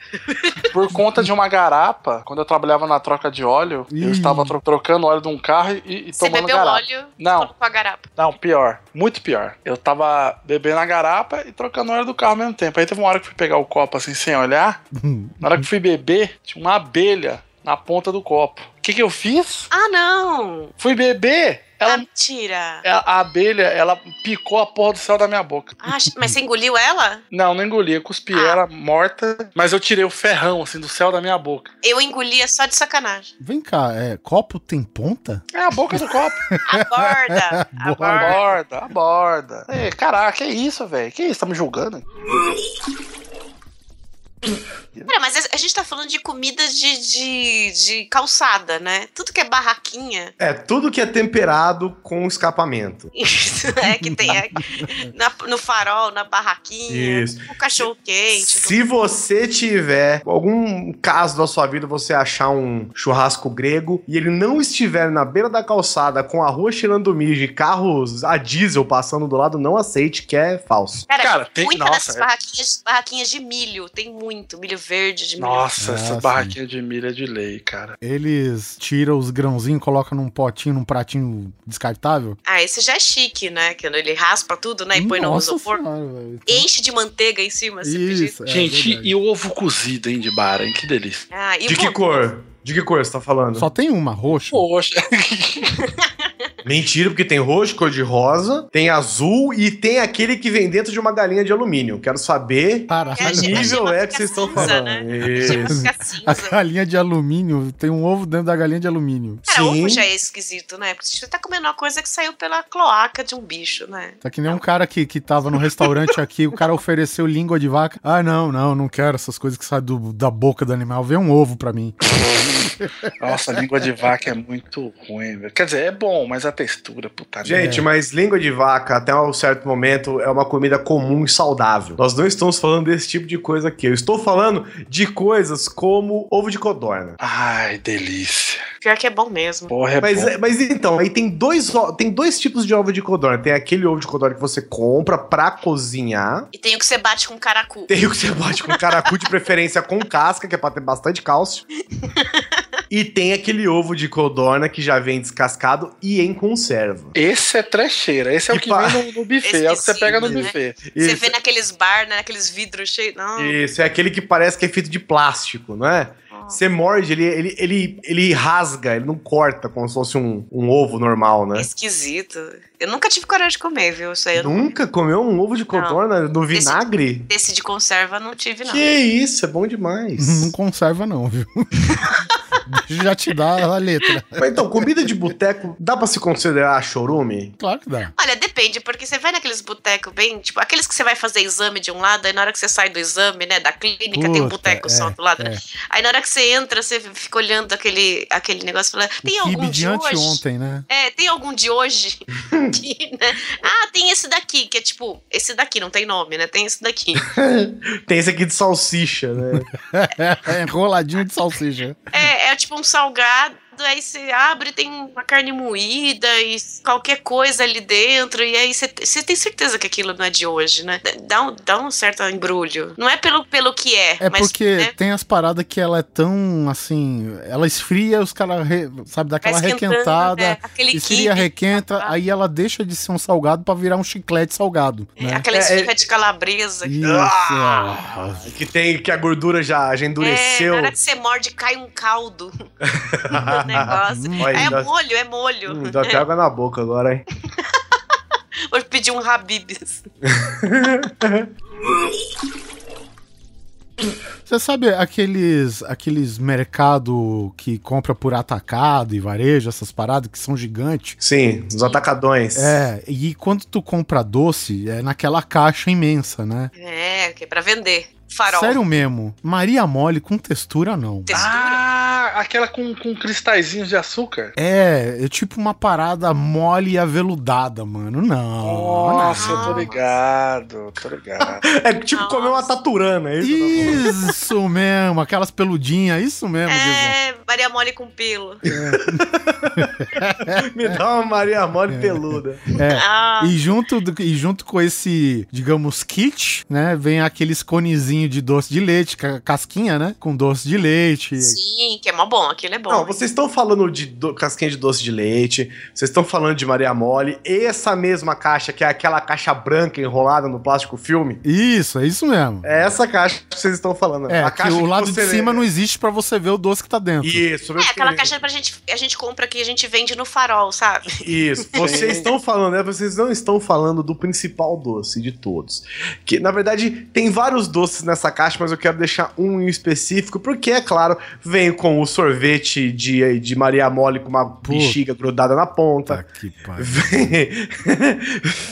por conta de uma garapa, quando eu trabalhava na troca de óleo, Ih. eu estava tro- trocando óleo de um carro e, e Você tomando bebeu garapa. óleo e Não. colocou a garapa. Não, pior. Muito pior. Eu tava bebendo a garapa e trocando óleo do carro ao mesmo tempo. Aí teve uma hora que eu fui pegar o copo assim sem olhar. Na hora que eu fui beber, tinha uma abelha na ponta do copo. O que, que eu fiz? Ah, não! Fui beber, Ah, ela, mentira! a a abelha, ela picou a porra do céu da minha boca. Ah, mas você engoliu ela? Não, não engoli, eu cuspi Ah. ela morta, mas eu tirei o ferrão, assim, do céu da minha boca. Eu engolia só de sacanagem. Vem cá, é, copo tem ponta? É a boca do copo. Aborda! aborda! aborda, aborda. É, caraca, que isso, velho? Que isso, tá me julgando? Cara, mas a- a gente tá falando de comida de, de, de calçada, né? Tudo que é barraquinha. É, tudo que é temperado com escapamento. Isso é que tem. É, na- no farol, na barraquinha, Isso. o cachorro quente. Se você tiver algum caso da sua vida, você achar um churrasco grego e ele não estiver na beira da calçada com a rua cheirando mijo e carros a diesel passando do lado, não aceite que é falso. Cara, Cara, tem- muitas nossa, dessas é. barraquinhas, barraquinhas de milho, tem muito. Milho verde, de milho. Nossa, Ah, essa sim. barraquinha de milha é de lei, cara. Eles tiram os grãozinhos, colocam num potinho, num pratinho descartável? Ah, esse já é chique, né? Que ele raspa tudo, né? E põe no Nossa isopor. senhora, velho. Enche de manteiga em cima, se pedir. Isso, é Gente, verdade. e o ovo cozido, hein, de bara, hein? Que delícia. Ah, e De que bom, cor? De que cor você tá falando? Só tem uma, roxa. Poxa. Mentira, porque tem roxo, cor de rosa, tem azul e tem aquele que vem dentro de uma galinha de alumínio. Quero saber É, que a Caralho. gente- nível gema é fica que vocês estão cinza, falando. né? Isso. chega a ficar A cinza. galinha de alumínio, tem um ovo dentro da galinha de alumínio. Cara, ovo Sim. já é esquisito, né? Porque você tá comendo uma coisa que saiu pela cloaca de um bicho, né? Tá que nem um cara que, que tava no restaurante aqui, o cara ofereceu língua de vaca. Ah, não, não, não quero essas coisas que saem do- da boca do animal. Vê um ovo pra mim. Nossa, língua de vaca é muito ruim, velho. Quer dizer, é bom, mas a textura, puta Gente, mas língua de vaca, até um certo momento, é uma comida comum e saudável. Nós não estamos falando desse tipo de coisa aqui. Eu estou falando de coisas como ovo de codorna. Ai, delícia. Pior que é bom mesmo. Porra, é Mas, bom. é- mas então, aí tem dois, o- tem dois tipos de ovo de codorna. Tem aquele ovo de codorna que você compra pra cozinhar. E tem o que você bate com caracu. Tem o que você bate com caracu, de preferência com casca, que é pra ter bastante cálcio. E tem aquele ovo de codorna que já vem descascado e em conserva. Esse é trecheira. Esse é o que Epa. vem no, no buffet. É o que você Esquecido, pega no né? buffet. Você Isso. vê naqueles bar, né? Naqueles vidros cheios. Não. Isso, é aquele que parece que é feito de plástico, não é? Ah. Você morde, ele, ele, ele, ele rasga, ele não corta como se fosse um, um ovo normal, né? Esquisito. Eu nunca tive coragem de comer, viu? Isso aí eu não- Nunca comeu um ovo de codorna no Esse- vinagre? Desse de conserva não tive, não. Que isso, é bom demais. Não conserva, não, viu? Deixa eu já te dar a letra. Mas então, comida de boteco dá pra se considerar chorume? Claro que dá. Olha, depende, porque você vai naqueles botecos bem, tipo, aqueles que você vai fazer exame de um lado, aí na hora que você sai do exame, né, da clínica, tem um Puta, boteco só é, do lado, né? é. Aí na hora que você entra, você fica olhando aquele, aquele negócio e fala, tem o algum Kibe de de hoje? anteontem, né? É, tem algum de hoje? Que, né? Ah, tem esse daqui, que é tipo, esse daqui não tem nome, né? Tem esse daqui. Tem esse aqui de salsicha, né? É, Enroladinho de salsicha. É, é tipo um salgado, aí você abre, tem uma carne moída e qualquer coisa ali dentro, e aí você- você tem certeza que aquilo não é de hoje, né? Dá um, dá um certo embrulho. Não é pelo, pelo que é, É mas porque né, tem as paradas que ela é tão assim. Ela esfria, os caras, re- sabe, dá aquela vai esquentando, requentada. né? Aquele Esfria, quibe, requenta, tá? aí ela deixa de ser um salgado pra virar um chiclete salgado. Né? aquela É, é- esfirra de calabresa. É, Isso. Ah! é. Que tem que a gordura já, já É, endureceu. na hora que você morde, cai um caldo no um negócio. Olha, é dá- molho, é molho. Hum, dá até água na boca agora, hein? Hoje pedi um Habibs. Você sabe aqueles aqueles mercado que compra por atacado e varejo, essas paradas que são gigantes? Sim, os atacadões. É, e quando tu compra doce, é naquela caixa imensa, né? É, que é pra vender. Farol. Sério mesmo, Maria Mole com textura não. Textura. Ah, aquela com, com cristalzinhos de açúcar? É, é tipo uma parada mole e aveludada, mano. Não. Nossa, não. eu tô ligado, tô ligado. É tipo comer uma taturana, é isso? Isso mesmo, aquelas peludinhas, isso mesmo, Guizão. É, Maria Mole com pelo. Me dá uma Maria Mole peluda. É. Ah, E junto, do- e junto com esse, digamos, kit, né? Vem aqueles conezinho de doce de leite, ca- casquinha, né? Com doce de leite. sim, que é mó bom, aquilo é bom. Não, vocês estão falando de do- casquinha de doce de leite, vocês estão falando de Maria Mole, essa mesma caixa, que é aquela caixa branca enrolada no plástico filme, Isso, é isso mesmo. é essa caixa que vocês estão falando. né? É, a que caixa o lado de você- cima não existe pra você ver o doce que tá dentro. Isso, É, aquela caixa pra gente, a gente compra que a gente vende no farol, sabe? Isso, vocês estão falando, né? Vocês não estão falando do principal doce de todos. Que, na verdade, tem vários doces nessa caixa, mas eu quero deixar um em específico, porque, é claro, vem com o sorvete de, de Maria Mole com uma Puta. Tá. bexiga grudada na ponta. Puta que pariu. Vem,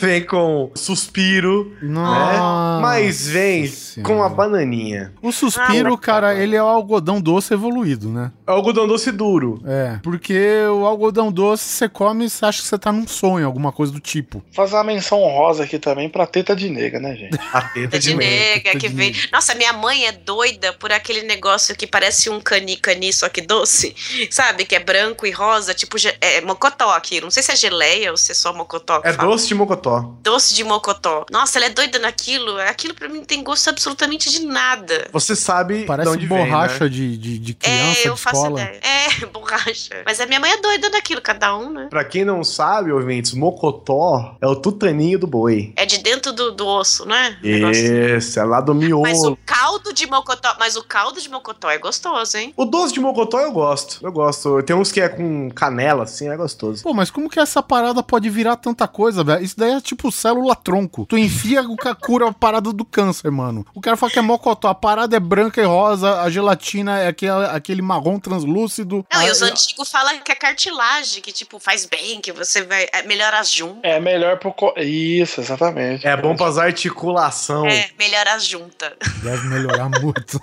vem com suspiro, Nossa né? É, Mas vem Ah, Senhora. com a bananinha. O Ah, suspiro, tá. cara, ele é o algodão doce evoluído, né? É o algodão doce duro. É. Porque o algodão doce, você come e você acha que você tá num sonho, alguma coisa do tipo. Fazer uma menção honrosa aqui também pra teta de nega, né, gente? A teta É De de meia. nega, que vem. Nossa, minha mãe é doida por aquele negócio que parece um cani-cani, só que doce, sabe? Que é branco e rosa, tipo, ge- é mocotó aqui. Não sei se é geleia ou se é só mocotó. que É fala. doce de mocotó. doce de mocotó. Nossa, ela é doida naquilo. Aquilo pra mim não tem gosto absolutamente de nada. Você sabe de Parece onde vem, né? borracha de, de, de criança, É, eu de faço escola. ideia. É, borracha. Mas a minha mãe é doida naquilo, cada um, né? Pra quem não sabe, ouvintes, mocotó é o tutaninho do boi. É de dentro do, do osso, né? O negócio. Isso, é lá do miolo. Mas o caldo de mocotó, mas o caldo de mocotó é gostoso, hein? O doce de mocotó eu gosto. Eu gosto. Tem uns que é com canela, assim, é gostoso. Pô, mas como que essa parada pode virar tanta coisa, velho? Isso daí é tipo célula tronco. Tu enfia o ca- cura a parada do câncer, mano. O cara fala que é mocotó, a parada é branca e rosa, a gelatina é aquele, aquele marrom translúcido. Não, e os Ah, antigos falam que é cartilagem, que tipo, faz bem, que você vai. É, melhora as juntas. É melhor pro. co- Isso, exatamente. É bom pras articulação. É, melhora as juntas. Deve melhorar muito.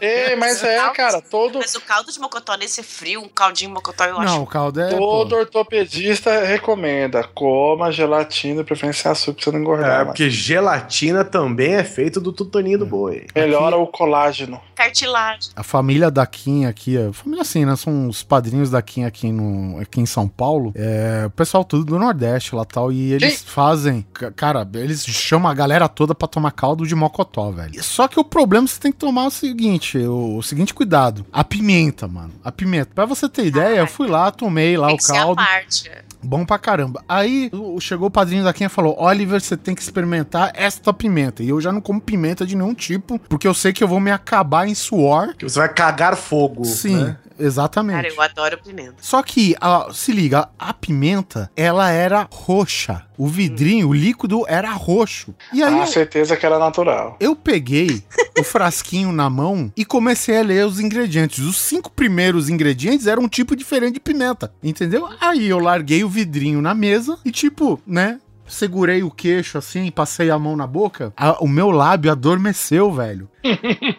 Ei, mas é, cara, todo, Mas o caldo de mocotó nesse frio, um caldinho de mocotó, eu acho. Não, o caldo é. todo pô. ortopedista recomenda. Coma gelatina, de preferência açúcar pra você não engordar. É, mano. porque gelatina também é feito do tutaninho do boi. Melhora o colágeno. Cartilagem. A família da Kim aqui, a família assim, né? São os padrinhos da Kim aqui, no, aqui em São Paulo. É, o pessoal tudo do Nordeste lá tal. E eles fazem. ca- Cara, eles chamam a galera toda pra tomar caldo de mocotó, velho. Só que o problema que você tem que tomar é o seguinte: o, o seguinte cuidado. A pimenta, mano. A pimenta. Pra você ter ideia, eu fui lá, tomei lá Ah, Tem o que ser a caldo. parte. Bom pra caramba. Aí o- chegou o padrinho da Quinha e falou: Oliver, você tem que experimentar esta pimenta. E eu já não como pimenta de nenhum tipo, porque eu sei que eu vou me acabar em suor. Que você vai cagar fogo. Sim, né? exatamente. Cara, eu adoro pimenta. Só que, a- se liga, a pimenta, ela era roxa. O vidrinho, o líquido era roxo. E aí Ah, eu, certeza que era natural. eu peguei o frasquinho na mão e comecei a ler os ingredientes. Os cinco primeiros ingredientes eram um tipo diferente de pimenta, entendeu? Aí eu larguei o vidrinho na mesa e, tipo, né? Segurei o queixo assim, passei a mão na boca. a- o meu lábio adormeceu, velho.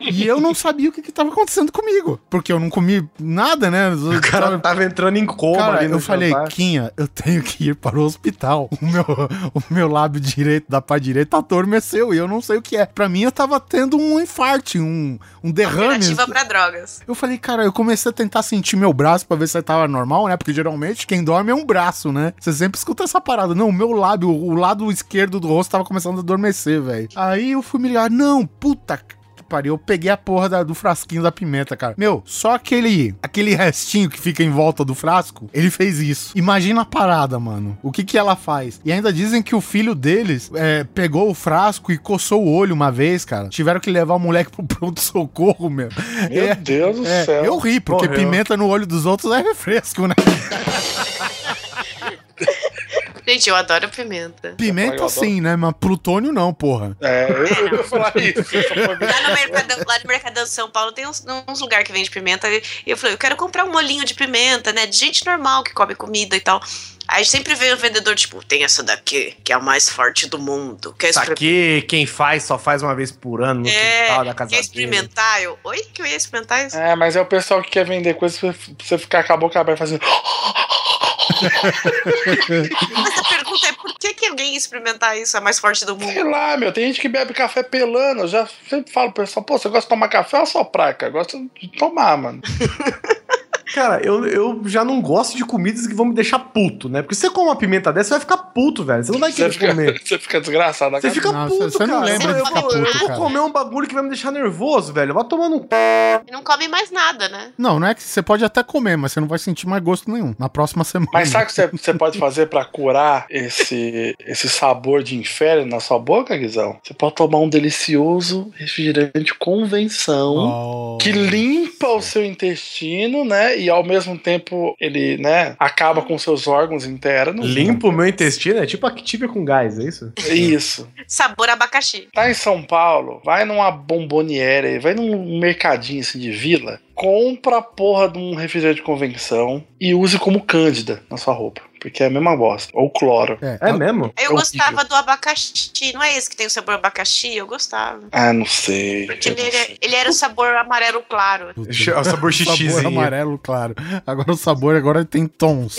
e eu não sabia o que, que tava acontecendo comigo. Porque eu não comi nada, né? O cara tava entrando em coma Cara, ali no eu falei, jantar. Quinha, eu tenho que ir para o hospital. O meu, o meu lábio direito da parte direita adormeceu e eu não sei o que é. Pra mim, eu tava tendo um infarte, um, um derrame. Alternativa pra drogas. Eu falei, cara, eu comecei a tentar sentir meu braço pra ver se tava normal, né? Porque geralmente quem dorme é um braço, né? Você sempre escuta essa parada. Não, o meu lábio, o lado esquerdo do rosto tava começando a adormecer, velho. Aí eu fui me ligar, não, puta que pariu, eu peguei a porra da- do frasquinho da pimenta, cara. Meu, só aquele aquele restinho que fica em volta do frasco, ele fez isso. Imagina a parada, mano. O que que ela faz? E ainda dizem que o filho deles é, pegou o frasco e coçou o olho uma vez, cara. Tiveram que levar o moleque pro pronto-socorro, meu. Meu É. Deus do É, céu. eu ri, porque Morreu. pimenta no olho dos outros é refresco, né? Gente, eu adoro pimenta. Pimenta sim, né? Mas plutônio não, porra. É, eu ia falar isso. Lá no Mercadão, lá no Mercadão de São Paulo tem uns, uns lugares que vende pimenta. E eu falei, eu quero comprar um molinho de pimenta, né? De gente normal que come comida e tal. Aí sempre vem o vendedor, tipo, tem essa daqui, que é a mais forte do mundo. Quer, Isso experimentar? aqui, quem faz, só faz uma vez por ano no quintal da é, casa quer dele. experimentar? Eu, Oi, que eu ia experimentar isso? É, mas é o pessoal que quer vender coisas pra você ficar com a boca aberta fazendo. "Oh, Mas a pergunta é por que, que alguém ia experimentar isso, a mais forte do Sei mundo? lá, meu, tem gente que bebe café pelando. Eu já sempre falo pro pessoal, pô, você gosta de tomar café ou só praca? Gosto de tomar, mano. Cara, eu, eu já não gosto de comidas que vão me deixar puto, né? Porque se você come uma pimenta dessa, você vai ficar puto, velho. Você não vai Você querer fica, comer. você fica desgraçado. né? na Você cabeça. fica Não, puto, você- você cara. não lembra de eu, ficar vou, eu puto, vou cara. comer um bagulho que vai me deixar nervoso, velho. Vai tomar no c... E não come mais nada, né? Não, não é que você pode até comer, mas você não vai sentir mais gosto nenhum. Na próxima semana. Mas sabe o que você, você pode fazer pra curar esse, esse sabor de inferno na sua boca, Guizão? Você pode tomar um delicioso refrigerante convenção. Oh. Que limpa o seu intestino, né? E ao mesmo tempo ele, né, acaba com seus órgãos internos. Limpa o meu intestino, é tipo a actívia com gás, é isso? Isso. Sabor abacaxi. tá em São Paulo, vai numa bomboniere, vai num mercadinho assim de vila, compra a porra de um refrigerante de convenção e use como cândida na sua roupa. Porque é a mesma bosta. Ou cloro. É, É tá- mesmo? Eu É horrível. gostava do abacaxi, não é esse que tem o sabor abacaxi? Eu gostava. Ah, não sei. Porque Eu ele não era, sei. ele era o sabor amarelo claro. Puta. É o sabor Sabor xixizinho. amarelo, claro. Agora o sabor agora tem tons.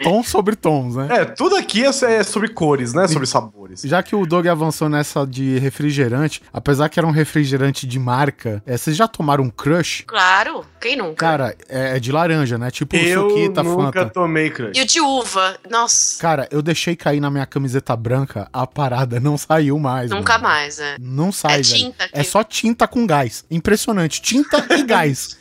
tons sobre tons, né? É, tudo aqui é sobre cores, né? Sobre sabores. Já que o Doug avançou nessa de refrigerante, apesar que era um refrigerante de marca, é, vocês já tomaram um crush? Claro, quem nunca? Cara, é, é de laranja, né? Tipo Eu suquita, nunca Fanta. tomei crush. E o de uva, nossa, Cara, eu deixei cair na minha camiseta branca, a parada não saiu mais. nunca mano. mais, né? Não sai, é velho. tinta. É que- só tinta com gás. Impressionante. Tinta e gás.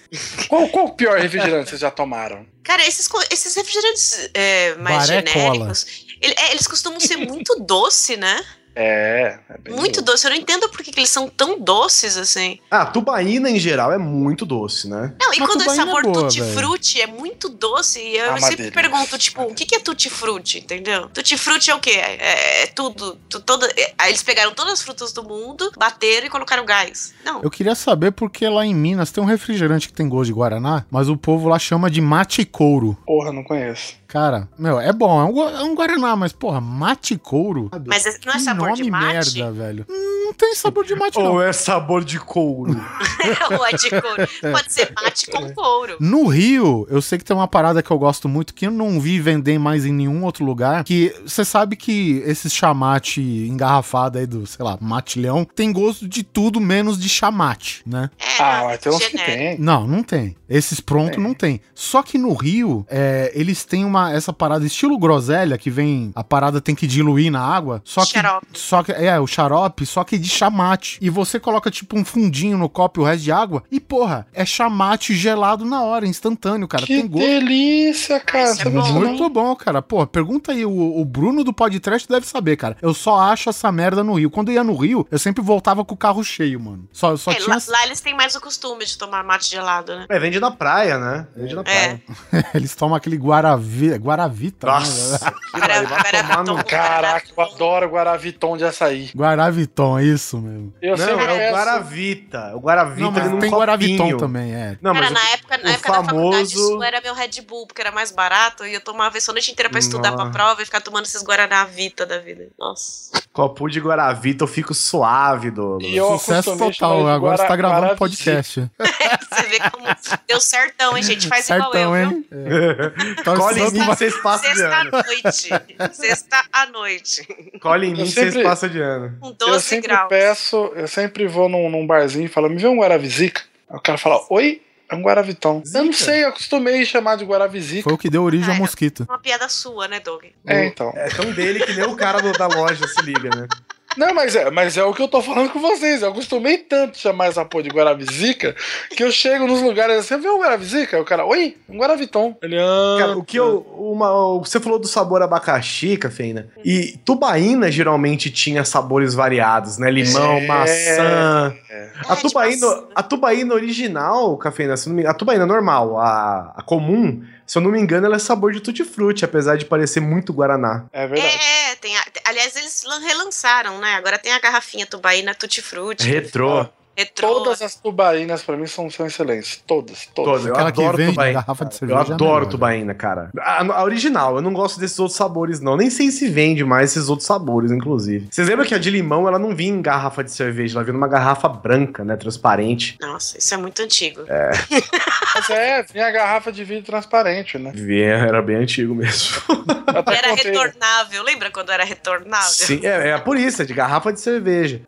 Qual, qual o pior refrigerante que vocês já tomaram? Cara, esses, co- esses refrigerantes é, mais Baré genéricos, ele- é, eles costumam ser muito doce, né? É, é bem Muito doce. Eu não entendo por que, que eles são tão doces assim. Ah, tubaína em geral é muito doce, né? Não, e Mas quando é tubaína é sabor boa, velho. tutti-frutti é muito doce, e eu Ah, uma sempre delícia. pergunto, tipo, o que, que é tutti-frutti, entendeu? Tutti-frutti é o quê? É, é tudo, tu- toda, é- aí eles pegaram todas as frutas do mundo, bateram e colocaram gás. Não, Eu queria saber porque lá em Minas tem um refrigerante que tem gosto de Guaraná, mas o povo lá chama de mate couro. Porra, não conheço. Cara, meu, é bom, é um, gu- é um Guaraná, mas porra, mate couro? mas é- não é Que sabor nome de mate? merda, velho. Hum, Não tem sabor de mate, não. Ou é sabor de couro? Ou é de couro? Pode ser mate É. com couro. No Rio, eu sei que tem uma parada que eu gosto muito, que eu não vi vender mais em nenhum outro lugar, que você sabe que esse chamate engarrafado aí do, sei lá, matilhão, tem gosto de tudo menos de chamate, né? É, Ah, não, mas tem uns que genérico. tem. Não, não tem. Esses pronto Tem. É. não tem. Só que no Rio, é, eles têm uma essa parada estilo groselha que vem a parada tem que diluir na água. Só que Xarope. só que é o xarope, só que de chamate. E você coloca tipo um fundinho no copo e o resto de água. E porra, é chamate gelado na hora, instantâneo, cara. Que Tem gosto. delícia, cara. Isso é Você bom, gosta, Muito bom, cara. Pô, pergunta aí, o, o Bruno do podcast deve saber, cara. Eu só acho essa merda no Rio. Quando eu ia no Rio, eu sempre voltava com o carro cheio, mano. Só, só É, tinha. lá, lá eles têm mais o costume de tomar mate gelado, né? É, vende na praia, né? Vende É. na praia. Eles tomam aquele guaravi... Guaravita. né? Nossa, Guara- vai Guara- tomar no Tom- c****. Caraca, eu um adoro Guaraviton de açaí. Guaraviton, isso mesmo. Eu Não, sempre é o peço. Guaravita. O Guaravita Não, mas ele num tem copinho. Guaraviton também, é. Não, Cara, mas na época, o na época da faculdade, famoso- isso era meu Red Bull, porque era mais barato, e eu tomava isso a noite inteira pra estudar Nossa. pra prova e ficar tomando esses Guaraná Vita da vida. Nossa. o copo de Guaravita eu fico suave, Douglas. E eu Sucesso acostumei total. chamar de Agora você tá Guara- gravando Guaraviti. podcast. É, Você vê como deu certão, hein, gente? Faz igual Certão, eu, viu? hein? É. Torce Colhe em tanto mim que vocês passam de Sexta à ano. noite. Sexta à noite. Colhe em Eu mim que vocês sempre- passam de ano. Com Eu 12 sempre graus. peço, eu sempre vou num, num barzinho e falo, me vê um Guaravizica. Aí o cara fala, oi, é um Guaraviton. Eu não Zica. sei, eu acostumei a chamar de Guaravizica. Foi o que deu origem ao Ah, é. mosquito. Uma piada sua, né, Doug? É, então. É tão dele que nem o cara do- da loja se liga, né? Não, mas é, mas é o que eu tô falando com vocês. Eu acostumei tanto a chamar essa porra de Guaravizica que eu chego nos lugares assim, vê um Guaravizica? Aí o cara, oi, um Guaraviton. Ele, ah, Cara, o que eu. Uma, o- você falou do sabor abacaxi, Cafeína. E tubaína geralmente tinha sabores variados, né? Limão, É. maçã. A É, tubaína, tipo assim, a tubaína original, Cafeína, se não me engano, a tubaína normal, a, a comum, se eu não me engano, ela é sabor de tutti-frutti, apesar de parecer muito guaraná. É verdade. É, é, tem a- te- aliás, eles lan- relançaram, né? Agora tem a garrafinha tubaína Tutti Frutti, Retrô. É retrô. Todas as tubaínas pra mim são, são excelentes. Todas, todas. Todas. Eu Aquela que adoro vem de tubaína. garrafa de Eu cerveja. é adoro melhor. tubaína, cara. A, a original, eu não gosto desses outros sabores, não. Nem sei se vende mais esses outros sabores, inclusive. Vocês lembram que a de limão, ela não vinha em garrafa de cerveja, ela vinha numa garrafa branca, né? Transparente. Nossa, isso é muito antigo. Mas é, vinha a garrafa de vidro transparente, né? Vinha, era bem antigo mesmo. Eu até Era contei, né? retornável, lembra quando era retornável? Sim, é, é por isso, é de garrafa de cerveja.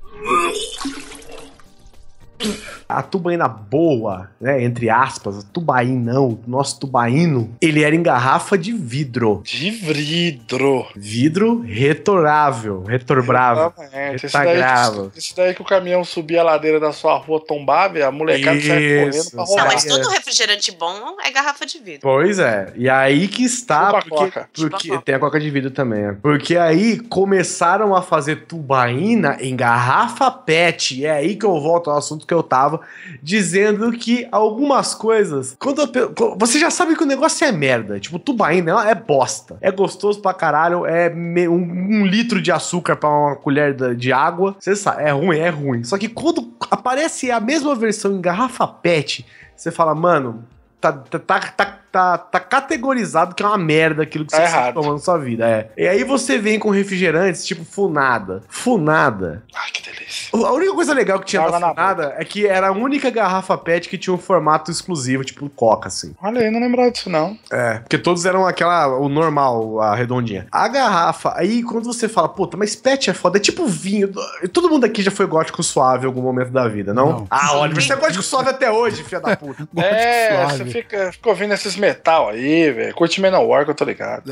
A tubaína boa, né? Entre aspas, o tubainão, o nosso tubaíno, ele era em garrafa de vidro. De vidro. Vidro retorável, retorbravo. Exatamente. Esse Tá daí, gravo. que, esse daí que o caminhão subia a ladeira da sua rua, tombava, e a molecada saia correndo Isso, pra Não, roubar. mas é. todo refrigerante bom é garrafa de vidro. Pois é, e aí que está, Chupa a porque, coca. porque- Chupa a coca. tem a coca de vidro também, é. porque aí começaram a fazer tubaína em garrafa PET, e é aí que eu volto ao assunto que eu tava, dizendo que algumas coisas, quando eu pe- co- você já sabe que o negócio é merda, tipo, tubaína ela é bosta, é gostoso pra caralho, é me- um, um litro de açúcar pra uma colher da- de água, você sabe, é ruim, é ruim, só que quando aparece a mesma versão em garrafa PET, você fala, mano, tá, tá, tá, tá, tá, tá categorizado que é uma merda aquilo que Tá você errado. tomando na sua vida. É. E aí você vem com refrigerantes tipo Funada. Funada. Ai, Ah, que delícia. A única coisa legal que tinha Joga da na Funada é que era a única garrafa PET que tinha um formato exclusivo, tipo Coca, assim. Olha aí, não lembrava disso, não. É, porque todos eram aquela, o normal, a redondinha. A garrafa, aí quando você fala, puta, mas pet é foda, é tipo vinho. Todo mundo aqui já foi gótico suave em algum momento da vida, não? Não. Ah, olha, você é gótico suave até hoje, filha da puta. Gosto é, você suave. fica, fica ouvindo esses metal aí, velho. Curte Menor que eu tô ligado.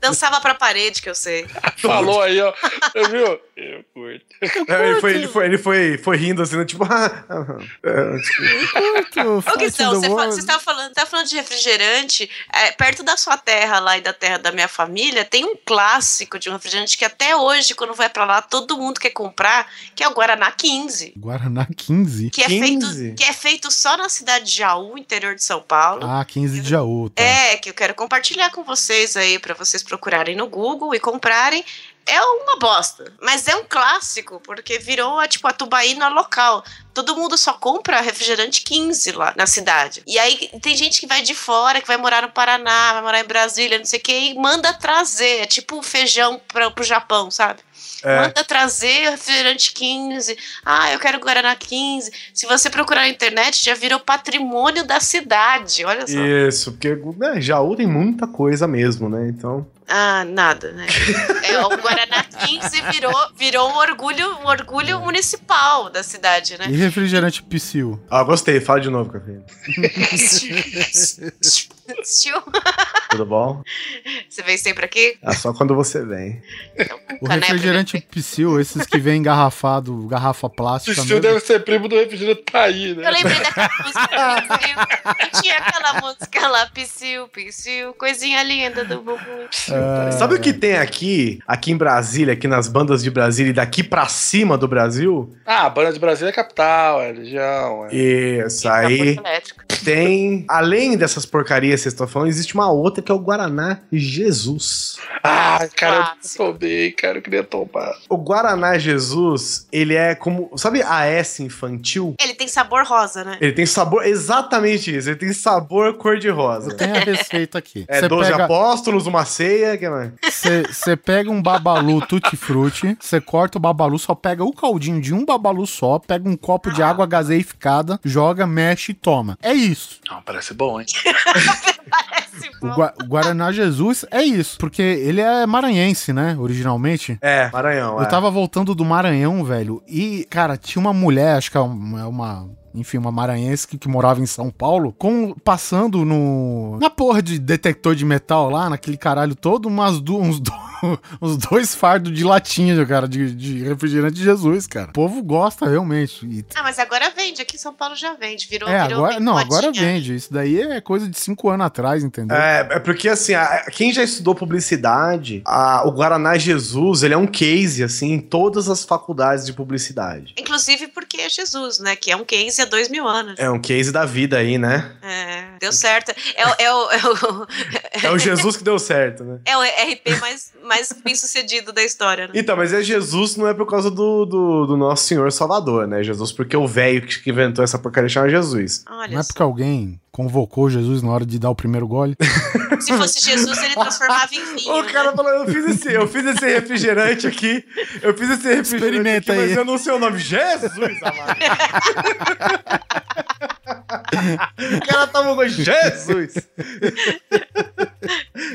Dançava pra parede, que eu sei. Falou aí, ó. Viu? Eu curto. É, ele foi, ele foi, ele foi, foi rindo assim, né, tipo, ah, ah, ah. Ô, Fight Guizão, the você, fa- world. você estava falando, tava falando de refrigerante. é, perto da sua terra lá e da terra da minha família, tem um clássico de um refrigerante que até hoje, quando vai pra lá, todo mundo quer comprar, que é o Guaraná 15. Guaraná 15. Que é, 15? feito, que é feito só na cidade de Jaú, interior de São Paulo. Ah, 15 de Jaú, tá. É, que eu quero compartilhar com vocês aí, pra vocês procurarem no Google e comprarem. É uma bosta, mas é um clássico, porque virou a, tipo, a tubaína local. Todo mundo só compra refrigerante 15 lá na cidade. E aí tem gente que vai de fora, que vai morar no Paraná, vai morar em Brasília, não sei o que, e manda trazer. É tipo um feijão pra, pro Japão, sabe? Manda trazer refrigerante 15. Ah, eu quero Guaraná 15. Se você procurar na internet, já virou patrimônio da cidade. Olha só. Isso, porque né, Jaú tem muita coisa mesmo, né? Então. Ah, nada, né? É, o Guaraná 15 virou, virou um orgulho, um orgulho municipal da cidade, né? E refrigerante Psyu? Ah, gostei, fala de novo, Café. Assistiu? Tudo bom? Você vem sempre aqui? É só quando você vem. O né? refrigerante Psyll, esses que vem engarrafado, garrafa O plástica Steel mesmo. deve ser primo do refrigerante Taí, né? Eu lembrei daquela música Psyu. Tinha aquela música lá, Psyu, Psyu, coisinha linda do Bubu. É. Sabe o que tem aqui, aqui em Brasília, aqui nas bandas de Brasília e daqui pra cima do Brasil? Ah, a banda de Brasília é capital, é legião. É. Isso aí. Capô elétrico. Tem, além dessas porcarias que vocês estão falando, existe uma outra que é o Guaraná Jesus. Ah, cara, eu Clássico. tomei, cara, eu queria tomar. O Guaraná Jesus, ele é como. Sabe a S infantil? Ele tem sabor rosa, né? Ele tem sabor. Exatamente isso. Ele tem sabor cor-de-rosa. Tem a receita aqui. É Você 12 pega- apóstolos, uma ceia, que mais? Você pega um babalu tutti-frutti, você corta o babalu, só pega o caldinho de um babalu só, pega um copo de água gaseificada, joga, mexe e toma. É isso. Não, parece bom, hein? Esse O, bom. Gua- o Guaraná Jesus é isso, porque ele é maranhense, né, originalmente. É, Maranhão. é. Eu tava voltando do Maranhão, velho, e, cara, tinha uma mulher, acho que é uma... é uma- enfim, uma maranhense que, que morava em São Paulo, com passando no. Na porra de detector de metal lá, naquele caralho todo, umas du- uns, do- uns dois fardos de latinha, cara, de, de refrigerante de Jesus, cara. O povo gosta realmente. E- Ah, mas agora vende. Aqui em São Paulo já vende. Virou, é, virou né? agora. Não, agora modinha. vende. Isso daí é coisa de cinco anos atrás, entendeu? É, é porque assim, a- quem já estudou publicidade, a- o Guaraná Jesus, ele é um case, assim, em todas as faculdades de publicidade. Inclusive porque é Jesus, né? Que é um 15 há dois mil anos. É um case da vida aí, né? É, deu certo. É, o- é o, é, o, É o Jesus que deu certo, né? é o RP mais, mais bem sucedido da história, né? Então, mas é Jesus não é por causa do, do, do nosso Senhor Salvador, né? Jesus, porque o velho que que inventou essa porcaria chama Jesus. Olha, Não é só. porque alguém convocou Jesus na hora de dar o primeiro gole. se fosse Jesus, ele transformava em vinho. O cara tá né? falou, eu fiz esse, eu fiz esse refrigerante aqui, eu fiz esse refrigerante Experimenta aqui, aí. mas eu não sei o nome. Jesus, amado. o cara tava com Jesus. ah,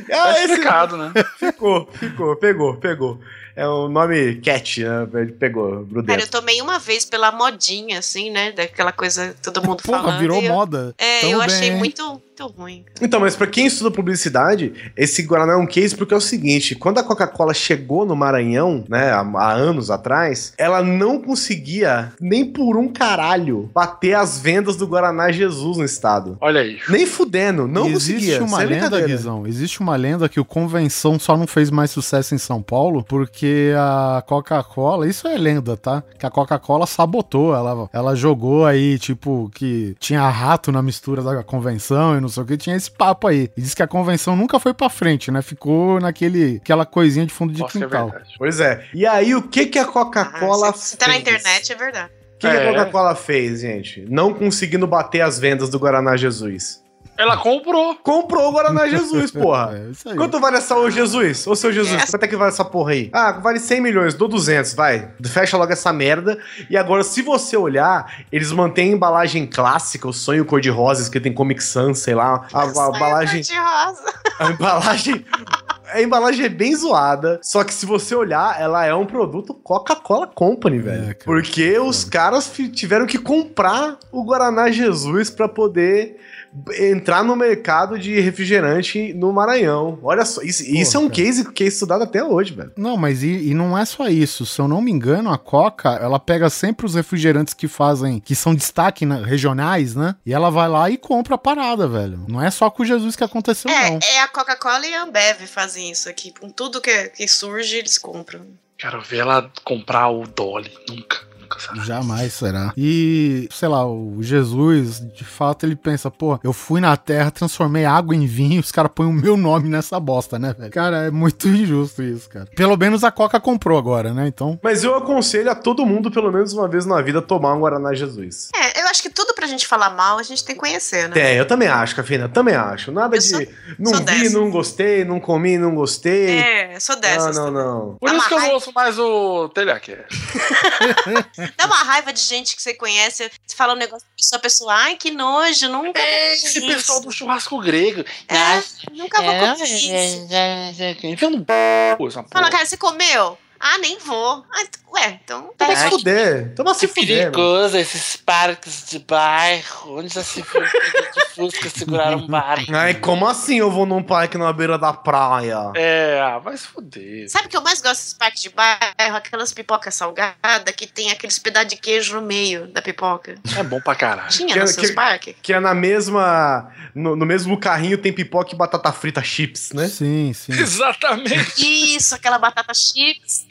Tá esse explicado, né? ficou, ficou, pegou, pegou. É um nome cat, né? Ele Pegou, Cara, eu Brudento. tomei uma vez pela modinha, assim, né? Daquela coisa, todo mundo Porra, falando. virou e eu- moda. É, Tão eu bem, achei hein? muito, muito ruim. cara. Então, mas pra quem estuda publicidade, esse Guaraná é um case porque é o seguinte: quando a Coca-Cola chegou no Maranhão, né, há, há anos atrás, ela não conseguia, nem por um caralho, bater as vendas do Guaraná Jesus no estado. Olha aí. Nem fudendo, não existe conseguia. uma sem lenda, brincadeira. Guizão. Existe uma lenda que o Convenção só não fez mais sucesso em São Paulo porque a Coca-Cola, isso é lenda, tá? Que a Coca-Cola sabotou, ela, ela jogou aí, tipo, que tinha rato na mistura da convenção e não sei o que, tinha esse papo aí. E diz que a convenção nunca foi pra frente, né? Ficou naquele aquela coisinha de fundo de Nossa, é quintal. verdade. Pois é. E aí, o que, que a Coca-Cola Ah, se, se tá na fez? internet, é verdade. O que, que É. a Coca-Cola fez, gente? Não conseguindo bater as vendas do Guaraná Jesus. Ela comprou. Comprou o Guaraná Ah, Jesus, porra. É, isso aí. Quanto vale essa, ô Jesus? Ô seu Jesus, É. quanto é que vale essa porra aí? Ah, vale 100 milhões, dou 200, vai. Fecha logo essa merda. E agora, se você olhar, eles mantêm a embalagem clássica, o sonho cor-de-rosa, escrito em Comic Sans, sei lá. A, a embalagem. De rosa. A embalagem. A embalagem é bem zoada, só que se você olhar, ela é um produto Coca-Cola Company, velho. É, cara. Porque os caras fi- tiveram que comprar o Guaraná Jesus pra poder b- entrar no mercado de refrigerante no Maranhão. Olha só, isso, isso é um cara. case que é estudado até hoje, velho. Não, mas e, e não é só isso. Se eu não me engano, a Coca, ela pega sempre os refrigerantes que fazem, que são destaque na- regionais, né? E ela vai lá e compra a parada, velho. Não é só com o Jesus que aconteceu, não. É, é a Coca-Cola e a Ambev fazem isso aqui. Com tudo que, que surge, eles compram. Quero ver ela comprar o Dolly. Nunca, nunca será. Jamais será. E, sei lá, o Jesus, de fato, ele pensa, pô, eu fui na terra, transformei água em vinho, os caras põem o meu nome nessa bosta, né, velho? Cara, é muito injusto isso, cara. Pelo menos a Coca comprou agora, né? Então. Mas eu aconselho a todo mundo, pelo menos uma vez na vida, tomar um Guaraná Jesus. É, eu acho que tudo pra gente falar mal, a gente tem que conhecer, né? É, eu também acho, Cafina, eu também acho. Nada Eu de. sou- não sou vi, dessa. não gostei, não comi, não gostei. É, sou dessas. Ah, não, não, não. Por isso que eu Amarrar- ouço mais o Telhaque. Dá uma raiva de gente que você conhece, você fala um negócio pra pessoa, a pessoa, ai, que nojo, nunca É, vou Esse comer pessoal isso. do churrasco grego. É, nunca vou comer isso. Enfia no b. Fala, cara, você comeu? Ah, nem vou. Ah, ent- ué, então. Toma se pega. fuder. Toma se Que fuder. mano. perigoso esses parques de bairro, onde já se viu coisa de fusca segurar um barco. Ai, como assim eu vou num parque na beira da praia? É, ah, vai se fuder. Sabe o que eu mais gosto dos parques de bairro? Aquelas pipocas salgadas que tem aqueles pedaços de queijo no meio da pipoca. É bom pra caralho. Tinha Que- nos seus que- parques? Que é na mesma. No, no mesmo carrinho tem pipoca e batata frita chips, né? Sim, sim. Exatamente. Isso, aquela batata chips.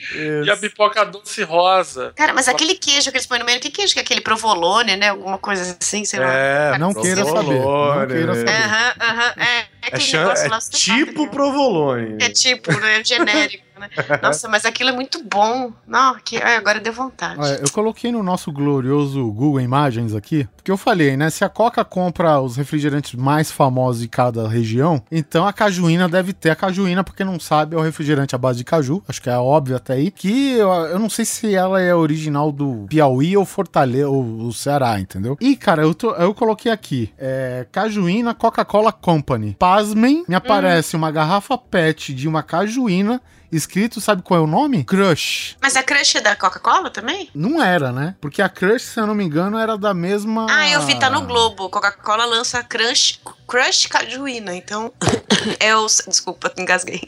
E a pipoca doce rosa. Cara, mas aquele queijo que eles põem no meio, que queijo que é aquele provolone, né? Alguma coisa assim, sei lá. É, Não queira saber. Não queira saber. Aham, aham. É, é É, aquele chan- negócio é lá. sei lá, tipo entendeu? provolone. É tipo, né? Genérico, né? Nossa, mas aquilo é muito bom. Não, que... ai, agora deu vontade. Olha, eu coloquei no nosso glorioso Google Imagens aqui, porque eu falei, né? Se a Coca compra os refrigerantes mais famosos de cada região, então a cajuína deve ter. A cajuína, porque não sabe, é o refrigerante à base de caju, acho que é óbvio até aí, que eu, eu não sei se ela é original do Piauí ou Fortaleza ou, ou Ceará, entendeu? E, cara, eu, tô- eu coloquei aqui, é, cajuína Coca-Cola Company. Pasmem, me aparece uma garrafa pet de uma cajuína, escrito, sabe qual é o nome? Crush. Mas a crush é da Coca-Cola também? Não era, né? Porque a Crush, se eu não me engano, era da mesma. Ah, eu vi, tá no Globo. Coca-Cola lança Crush, Crush Cajuína, então. é o. Desculpa, engasguei.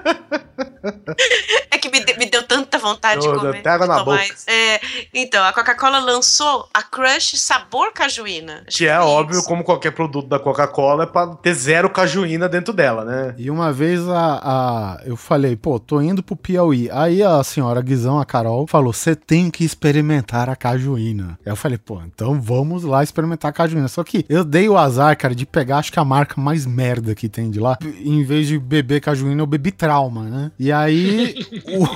é que me, de- me deu tanta vontade Eu- de eu comer. pego na Tô boca. mais- É, então, a Coca-Cola lançou a Crush Sabor Cajuína. Acho Que é foi óbvio, isso. como qualquer produto da Coca-Cola, é pra ter zero cajuína dentro dela, né? E uma vez a, a- eu falei, pô, tô indo pro Piauí. Aí a senhora Guizão, a Carol, falou: você tem que experimentar a cajuína. Aí eu falei, pô, então vamos lá experimentar a cajuína. Só que eu dei o azar, cara, de pegar, acho que a marca mais merda que tem de lá. Em vez de beber cajuína, eu bebi trauma, né? E aí,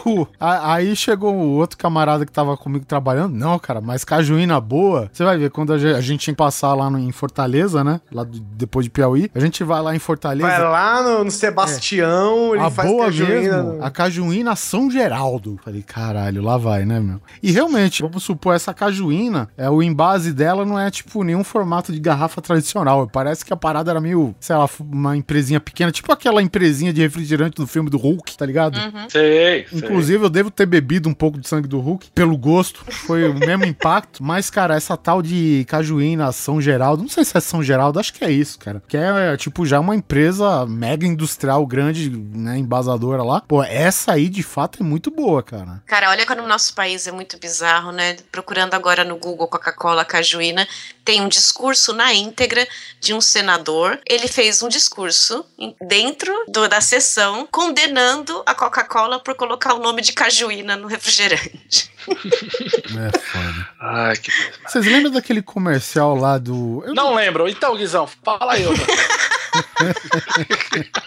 o- a- aí chegou o outro camarada que tava comigo trabalhando. Não, cara, mas cajuína boa. Você vai ver, quando a ge- a gente tinha que passar lá no- em Fortaleza, né? Lá do- depois de Piauí, a gente vai lá em Fortaleza. Vai lá no, no Sebastião, ele A faz boa cajuína. mesmo, a cajuína São Geraldo. Falei, caralho, lá vai, né, meu? E realmente, vamos supor, essa cajuína, é, o embase dela não é, tipo, nenhum formato de garrafa tradicional. Parece que a parada era meio, sei lá, uma empresinha pequena, tipo aquela empresinha de refrigerante do filme do Hulk, tá ligado? Uhum. Sei, sei. Inclusive, eu devo ter bebido um pouco do sangue do Hulk, pelo gosto, foi o mesmo impacto. Mas, cara, essa tal de Cajuína, São Geraldo, não sei se é São Geraldo, acho que é isso, cara. Que é, tipo, já uma empresa mega industrial, grande, né, embasadora lá. Pô, essa aí, de fato, é muito boa, cara. Cara, olha como o nosso país é muito bizarro, né? Procurando agora no Google Coca-Cola Cajuína, tem um discurso na íntegra de um senador. Ele fez um discurso em- dentro do- da sessão condenando a Coca-Cola por colocar o nome de Cajuína no refrigerante. É foda. Ai, que coisa. Vocês lembram daquele comercial lá do... eu- Não lembro. Então, Guizão, fala aí. outra.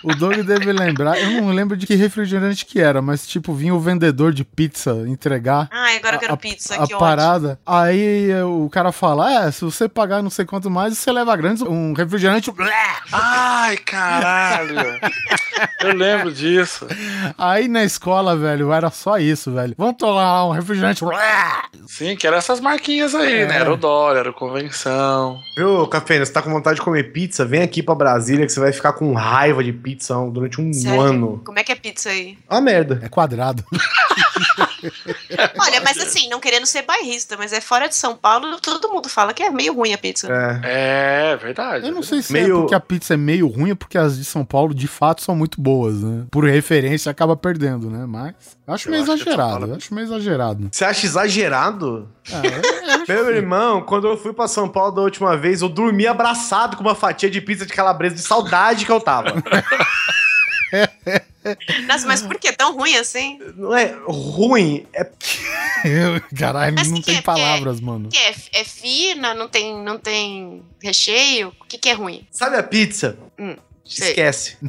O Doug deve lembrar, eu não lembro de que refrigerante que era, mas, tipo, vinha o vendedor de pizza entregar Ai, agora eu A- quero pizza, a Tá que ótimo. parada. Aí eh, o cara fala: É, se você pagar não sei quanto mais, você leva grandes um refrigerante. Ai, caralho. Eu lembro disso. Aí na escola, velho, era só isso, velho. Vamos tomar um refrigerante. Sim, que eram essas marquinhas aí, É. né? Era o Dória, era o Convenção. Viu, Cafena, você tá com vontade de comer pizza? Vem aqui pra Brasília que você vai ficar com raiva de pizza durante um Sério? ano. Como é que é pizza aí? Ah, merda. É quadrado. É Olha, mas assim, não querendo ser bairrista, mas é fora de São Paulo, todo mundo fala que é meio ruim a pizza. É. É, verdade. Eu não sei se é Meio- porque a pizza é meio ruim, ou porque as de São Paulo de fato são muito boas, né? Por referência acaba perdendo, né? Mas acho Eu meio acho que a de São exagerado. Paulo- eu Acho meio exagerado. Você acha exagerado? É, eu acho Meu assim. irmão, quando eu fui pra São Paulo da última vez, eu dormi abraçado com uma fatia de pizza de calabresa de saudade que eu tava. Nossa, mas por que tão ruim assim? Não é ruim, é Caralho, Mas não que tem é- palavras, mano. O que é? É fina? Não tem, não tem recheio? O que, que é ruim? Sabe a pizza? Hum, sei. Esquece.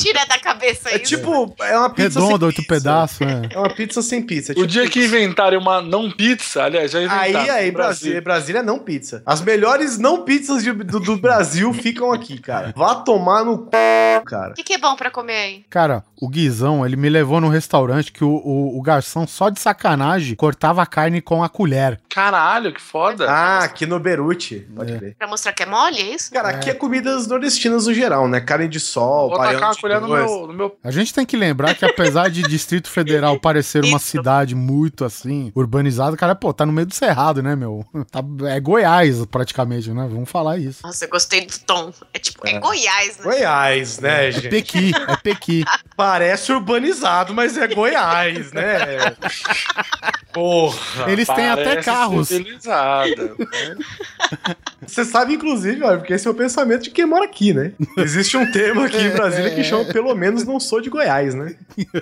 Tira da cabeça É isso. tipo, é uma pizza Redonda, sem oito pizza. pedaços, né? É uma pizza sem pizza. é O tipo dia que pizza. inventarem uma não pizza, aliás, já Aí, inventaram. aí, no Brasília, Brasília é não pizza. As melhores não pizzas de- do, do Brasil ficam aqui, cara. Vá tomar no c... céu, cara. O que, que é bom pra comer aí? Cara, o Guizão, ele me levou num restaurante que o, o, o garçom, só de sacanagem, cortava a carne com a colher. Caralho, que foda. Ah, aqui no Beruti. Pode crer. Pra mostrar que é mole, é isso? Cara, aqui é comidas nordestinas no geral, né? Carne de sol, Vou tacar baião a de colher no dois. meu, no meu. A gente tem que lembrar que apesar de Distrito Federal parecer uma cidade muito assim, urbanizada, cara, pô, tá no meio do cerrado, né, meu? Tá- é Goiás praticamente, né? Vamos falar isso. Nossa, eu gostei do tom. É tipo, é, É. Goiás, né? Goiás, né, É gente? Pequi, é Pequi. Parece urbanizado, mas é Goiás, né? Porra. Eles têm até Parece carros. civilizada. Você sabe, inclusive, ó, porque esse é o pensamento de quem mora aqui, né? Existe um termo aqui em Brasília que chama Pelo menos não sou de Goiás, né?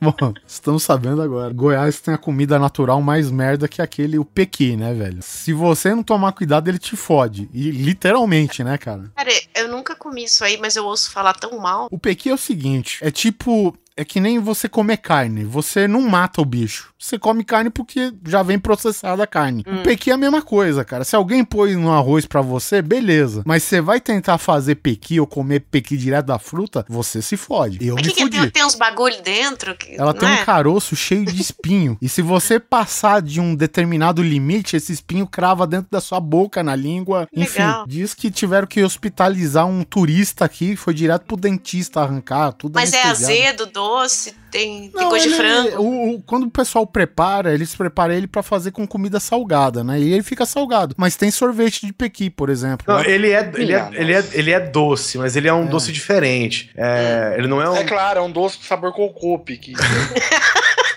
Bom, estamos sabendo agora. Goiás tem a comida natural mais merda que aquele, o Pequi, né, velho? Se você não tomar cuidado, ele te fode. E literalmente, né, cara? Cara, eu nunca comi isso aí, mas eu ouço falar tão mal. O Pequi é o seguinte: é tipo. É que nem você comer carne. Você não mata o bicho. Você come carne porque já vem processada a carne. Hum. O pequi é a mesma coisa, cara. Se alguém pôs no arroz pra você, beleza. Mas você vai tentar fazer pequi ou comer pequi direto da fruta, você se fode. Eu O me que, que fodi. tem, tem uns bagulho dentro? Que, Ela não tem é? um caroço cheio de espinho. e se você passar de um determinado limite, esse espinho crava dentro da sua boca, na língua. Enfim, Legal. diz que tiveram que hospitalizar um turista aqui, foi direto pro dentista arrancar tudo. Mas é anestesiado. azedo, doce, tem, tem Não, gosto de ele- é frango. o- o- quando o pessoal prepara, eles preparam ele pra fazer com comida salgada, né? E ele fica salgado. Mas tem sorvete de pequi, por exemplo. Não, Lá- ele é, ele é, ele é, ele é doce, mas ele é um doce diferente. É, ele não é um. É claro, é um doce com sabor cocô, pique.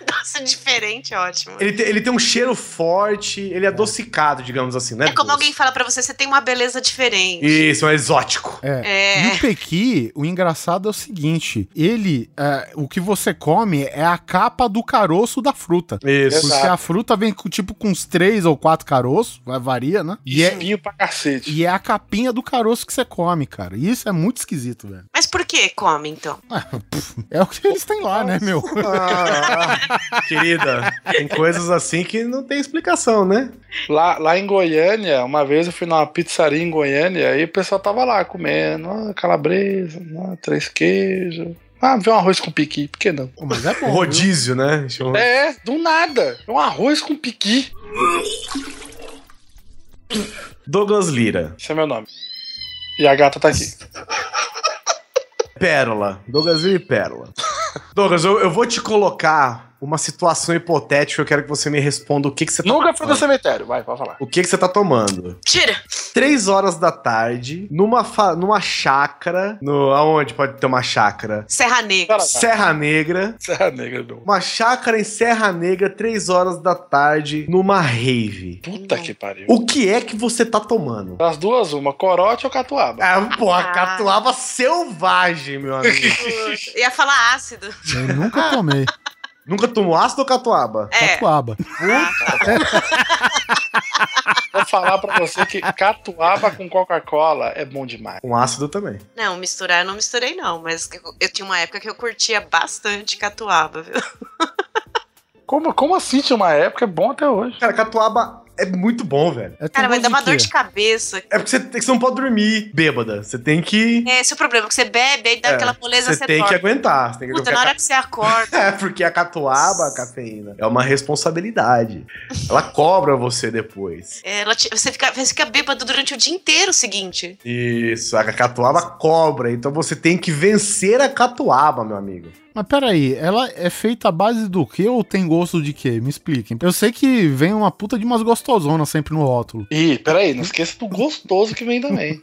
Nossa, diferente, ótimo. Ele, te- ele tem um cheiro forte, ele é adocicado, digamos assim, né? É como doce. alguém fala pra você, você tem uma beleza diferente. Isso, é um exótico. E É. o pequi, o engraçado é o seguinte, ele, é, o que você come é a capa do caroço da fruta. Isso. Porque a fruta vem com, tipo com uns três ou quatro caroços, vai- varia, né? E é, Espinho pra cacete. e é a capinha do caroço que você come, cara. E isso é muito esquisito, velho. Mas por que come, então? É o que eles têm lá, né, meu? Ah, ah, querida, tem coisas assim que não tem explicação, né? Lá, lá em Goiânia, uma vez eu fui numa pizzaria em Goiânia e o pessoal tava lá comendo ah, calabresa, ah, três queijos. Ah, vê um arroz com piqui, por que não? Pô, mas é bom. viu? Rodízio, né? Chama- É, do nada. É um arroz com piqui. Douglas Lira. Esse é meu nome. E a gata tá aqui. Pérola. Douglas Lira e Pérola. Douglas, eu, eu vou te colocar uma situação hipotética, eu quero que você me responda o que, que você tá Nunca fui no cemitério. Vai, pode falar. O que, que você tá tomando? Tira! Três horas da tarde, numa, fa- numa chácara. No, aonde pode ter uma chácara? Serra Negra. Cara, Serra Negra. Serra Negra, meu. Uma chácara em Serra Negra, três horas da tarde, numa rave. Puta que pariu. O que é que você tá tomando? Das duas, uma, corote ou catuaba? Ah, porra, catuaba selvagem, meu amigo. Puxa, Ia falar ácido. Eu nunca tomei. Tipo, Nunca tomou ácido ou catuaba? É. Catuaba. Vou falar pra você que catuaba com Coca-Cola é bom demais. Com ácido também. Não, misturar eu não misturei, não. Mas eu, eu tinha uma época que eu curtia bastante catuaba, viu? Como, como assim tinha uma época? É bom até hoje. Cara, catuaba é muito bom, velho. É Cara, vai dar tomar uma quê? dor de cabeça. É porque você, tem- você não pode dormir bêbada. Você tem que. É esse é o problema, que você bebe, aí dá É, aquela moleza, Você você tem que dorme. aguentar. Você tem que Puta, na hora que você acorda. É, porque a catuaba, a cafeína, é uma responsabilidade. Ela cobra você depois. é, ela te- você, fica, você fica bêbado durante o dia inteiro seguinte. Isso, a catuaba cobra. Então você tem que vencer a catuaba, meu amigo. Mas peraí, ela é feita à base do quê ou tem gosto de quê? Me expliquem. Eu sei que vem uma puta de umas gostosonas sempre no rótulo. Ih, peraí, não esqueça do gostoso que vem também.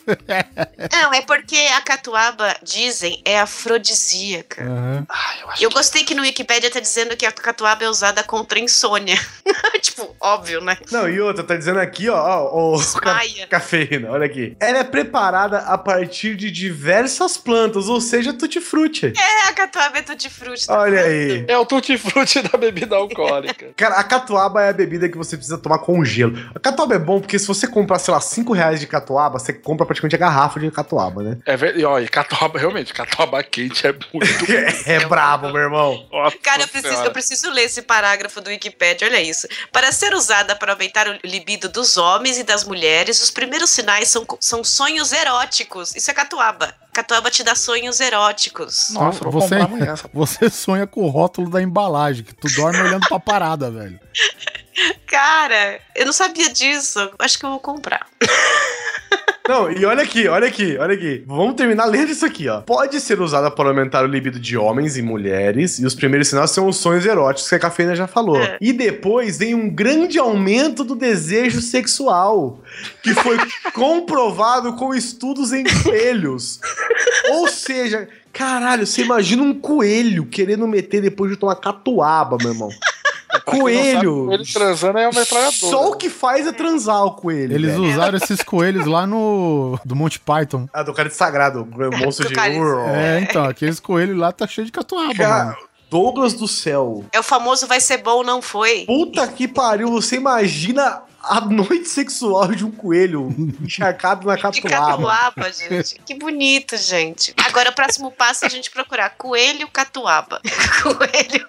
Não, é porque a catuaba, dizem, é É. afrodisíaca. Aham. Ah, eu acho Eu gostei que no Wikipedia tá dizendo que a catuaba é usada contra insônia. tipo, óbvio, né? Não, e outra, tá dizendo aqui, ó, ó, ó, ca- Desmaia. cafeína, olha aqui. Ela é preparada a partir de diversas plantas, ou seja, tutti-frutti. É, a catuaba é tutti-frutti. tá Olha vendo? aí. É o tutti-frutti da bebida alcoólica. Cara, a catuaba é a bebida que você precisa tomar com gelo. A catuaba é bom porque se você comprar, sei lá, 5 reais de catuaba, você compra praticamente a garrafa de catuaba, né? É verdade. E ó, e catuaba, realmente, catuaba quente é muito. É, brabo, meu irmão. Nossa Cara, eu preciso, Senhora. eu preciso ler esse parágrafo do Wikipedia, olha isso. Para ser usada para aumentar o libido dos homens e das mulheres, os primeiros sinais são, co- são sonhos eróticos. Isso é catuaba. Catuaba te dá sonhos eróticos. Nossa, você, você sonha com o rótulo da embalagem, que tu dorme olhando pra parada, velho. Cara, eu não sabia disso. Acho que eu vou comprar. Não, e olha aqui, olha aqui, olha aqui. Vamos terminar lendo isso aqui, ó. Pode ser usada para aumentar o libido de homens e mulheres, e os primeiros sinais são os sonhos eróticos que a cafeína já falou. É. E depois vem um grande aumento do desejo sexual, que foi comprovado com estudos em coelhos. Ou seja, caralho, você imagina um coelho querendo meter depois de tomar catuaba, meu irmão. Coelho. Ele transando é uma metralhadora. Só o que faz é transar o coelho. Eles velho. usaram esses coelhos lá no. do Monte Python. Ah, do cara de sagrado, o monstro Do de cara de- Url. É, então, aqueles coelhos lá tá cheio de catuaba, Cara, mano. Douglas do céu. É o famoso vai ser bom, não foi? Puta que pariu, você imagina a noite sexual de um coelho encharcado na De catuaba. catuaba, gente. Que bonito, gente. Agora o próximo passo é a gente procurar coelho catuaba. Coelho.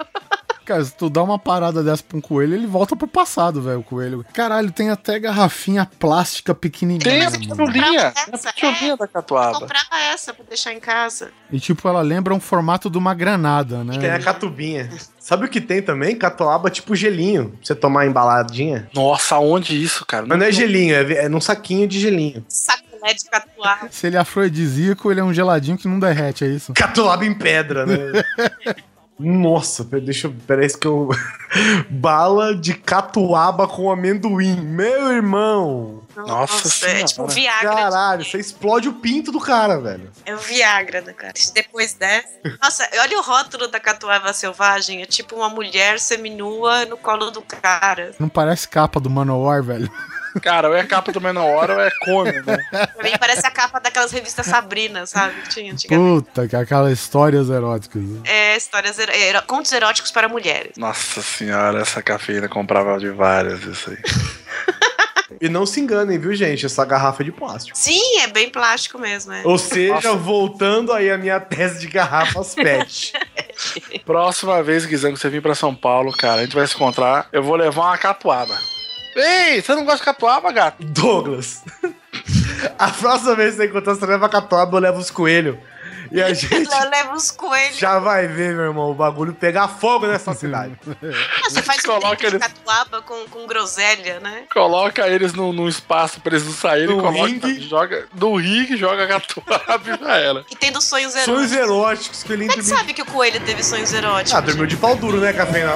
Cara, se tu dá uma parada dessa pra um coelho, ele volta pro passado, velho, o coelho. Caralho, tem até garrafinha plástica Tem pequenininha. a mano. pitulinha. Tem a Essa é- pitulinha da catuaba. Comprar essa pra deixar em casa. E tipo, ela lembra um formato de uma granada, Tem é a né? catubinha. Sabe o que tem também? Catuaba tipo gelinho. Pra você tomar embaladinha. Nossa, onde isso, cara? Mas não é gelinho, é, é num saquinho de gelinho. Sacolé de catuaba. Se ele é afrodisíaco, ele é um geladinho que não derrete, é isso? Catuaba em pedra, né? Nossa, pera- deixa eu. Parece que eu. Bala de catuaba com amendoim. Meu irmão! Nossa é senhora. tipo o Viagra. de- Caralho, você explode o pinto do cara, velho. É o Viagra, né, cara? Depois dessa. Nossa, olha o rótulo da catuaba selvagem. É tipo uma mulher seminua no colo do cara. Não parece capa do Manowar, velho. Cara, ou é capa do Menor ou é come, né? Pra mim parece a capa daquelas revistas Sabrina, sabe? Que tinha antigamente. Puta, que aquelas histórias eróticas. É, histórias. eró- eró- Contos eróticos para mulheres. Nossa senhora, essa cafeína comprava de várias isso aí. E não se enganem, viu, gente? Essa garrafa é de plástico. Sim, é bem plástico mesmo, é. Ou seja, voltando aí a minha tese de garrafas pet. Próxima vez, Guizão, que você vir pra São Paulo, cara, a gente vai se encontrar. Eu vou levar uma catuaba. Ei, você não gosta de catuaba, gato? Douglas, a próxima vez que você encontrar, você leva a catuaba, eu levo os coelhos. E a gente Ela leva os coelhos. já vai ver, meu irmão, o bagulho pegar fogo nessa cidade. Não, você faz um Coloca drink de eles- catuaba com, com groselha, né? Coloca eles num, num espaço pra eles não saírem. No coloca, ringue. joga no ringue, joga a catuaba e já era. E tendo sonhos eróticos. Sonhos eróticos que ele Como é que imprimiu. sabe que o coelho teve sonhos eróticos? Ah, dormiu de pau duro, né, cafeína?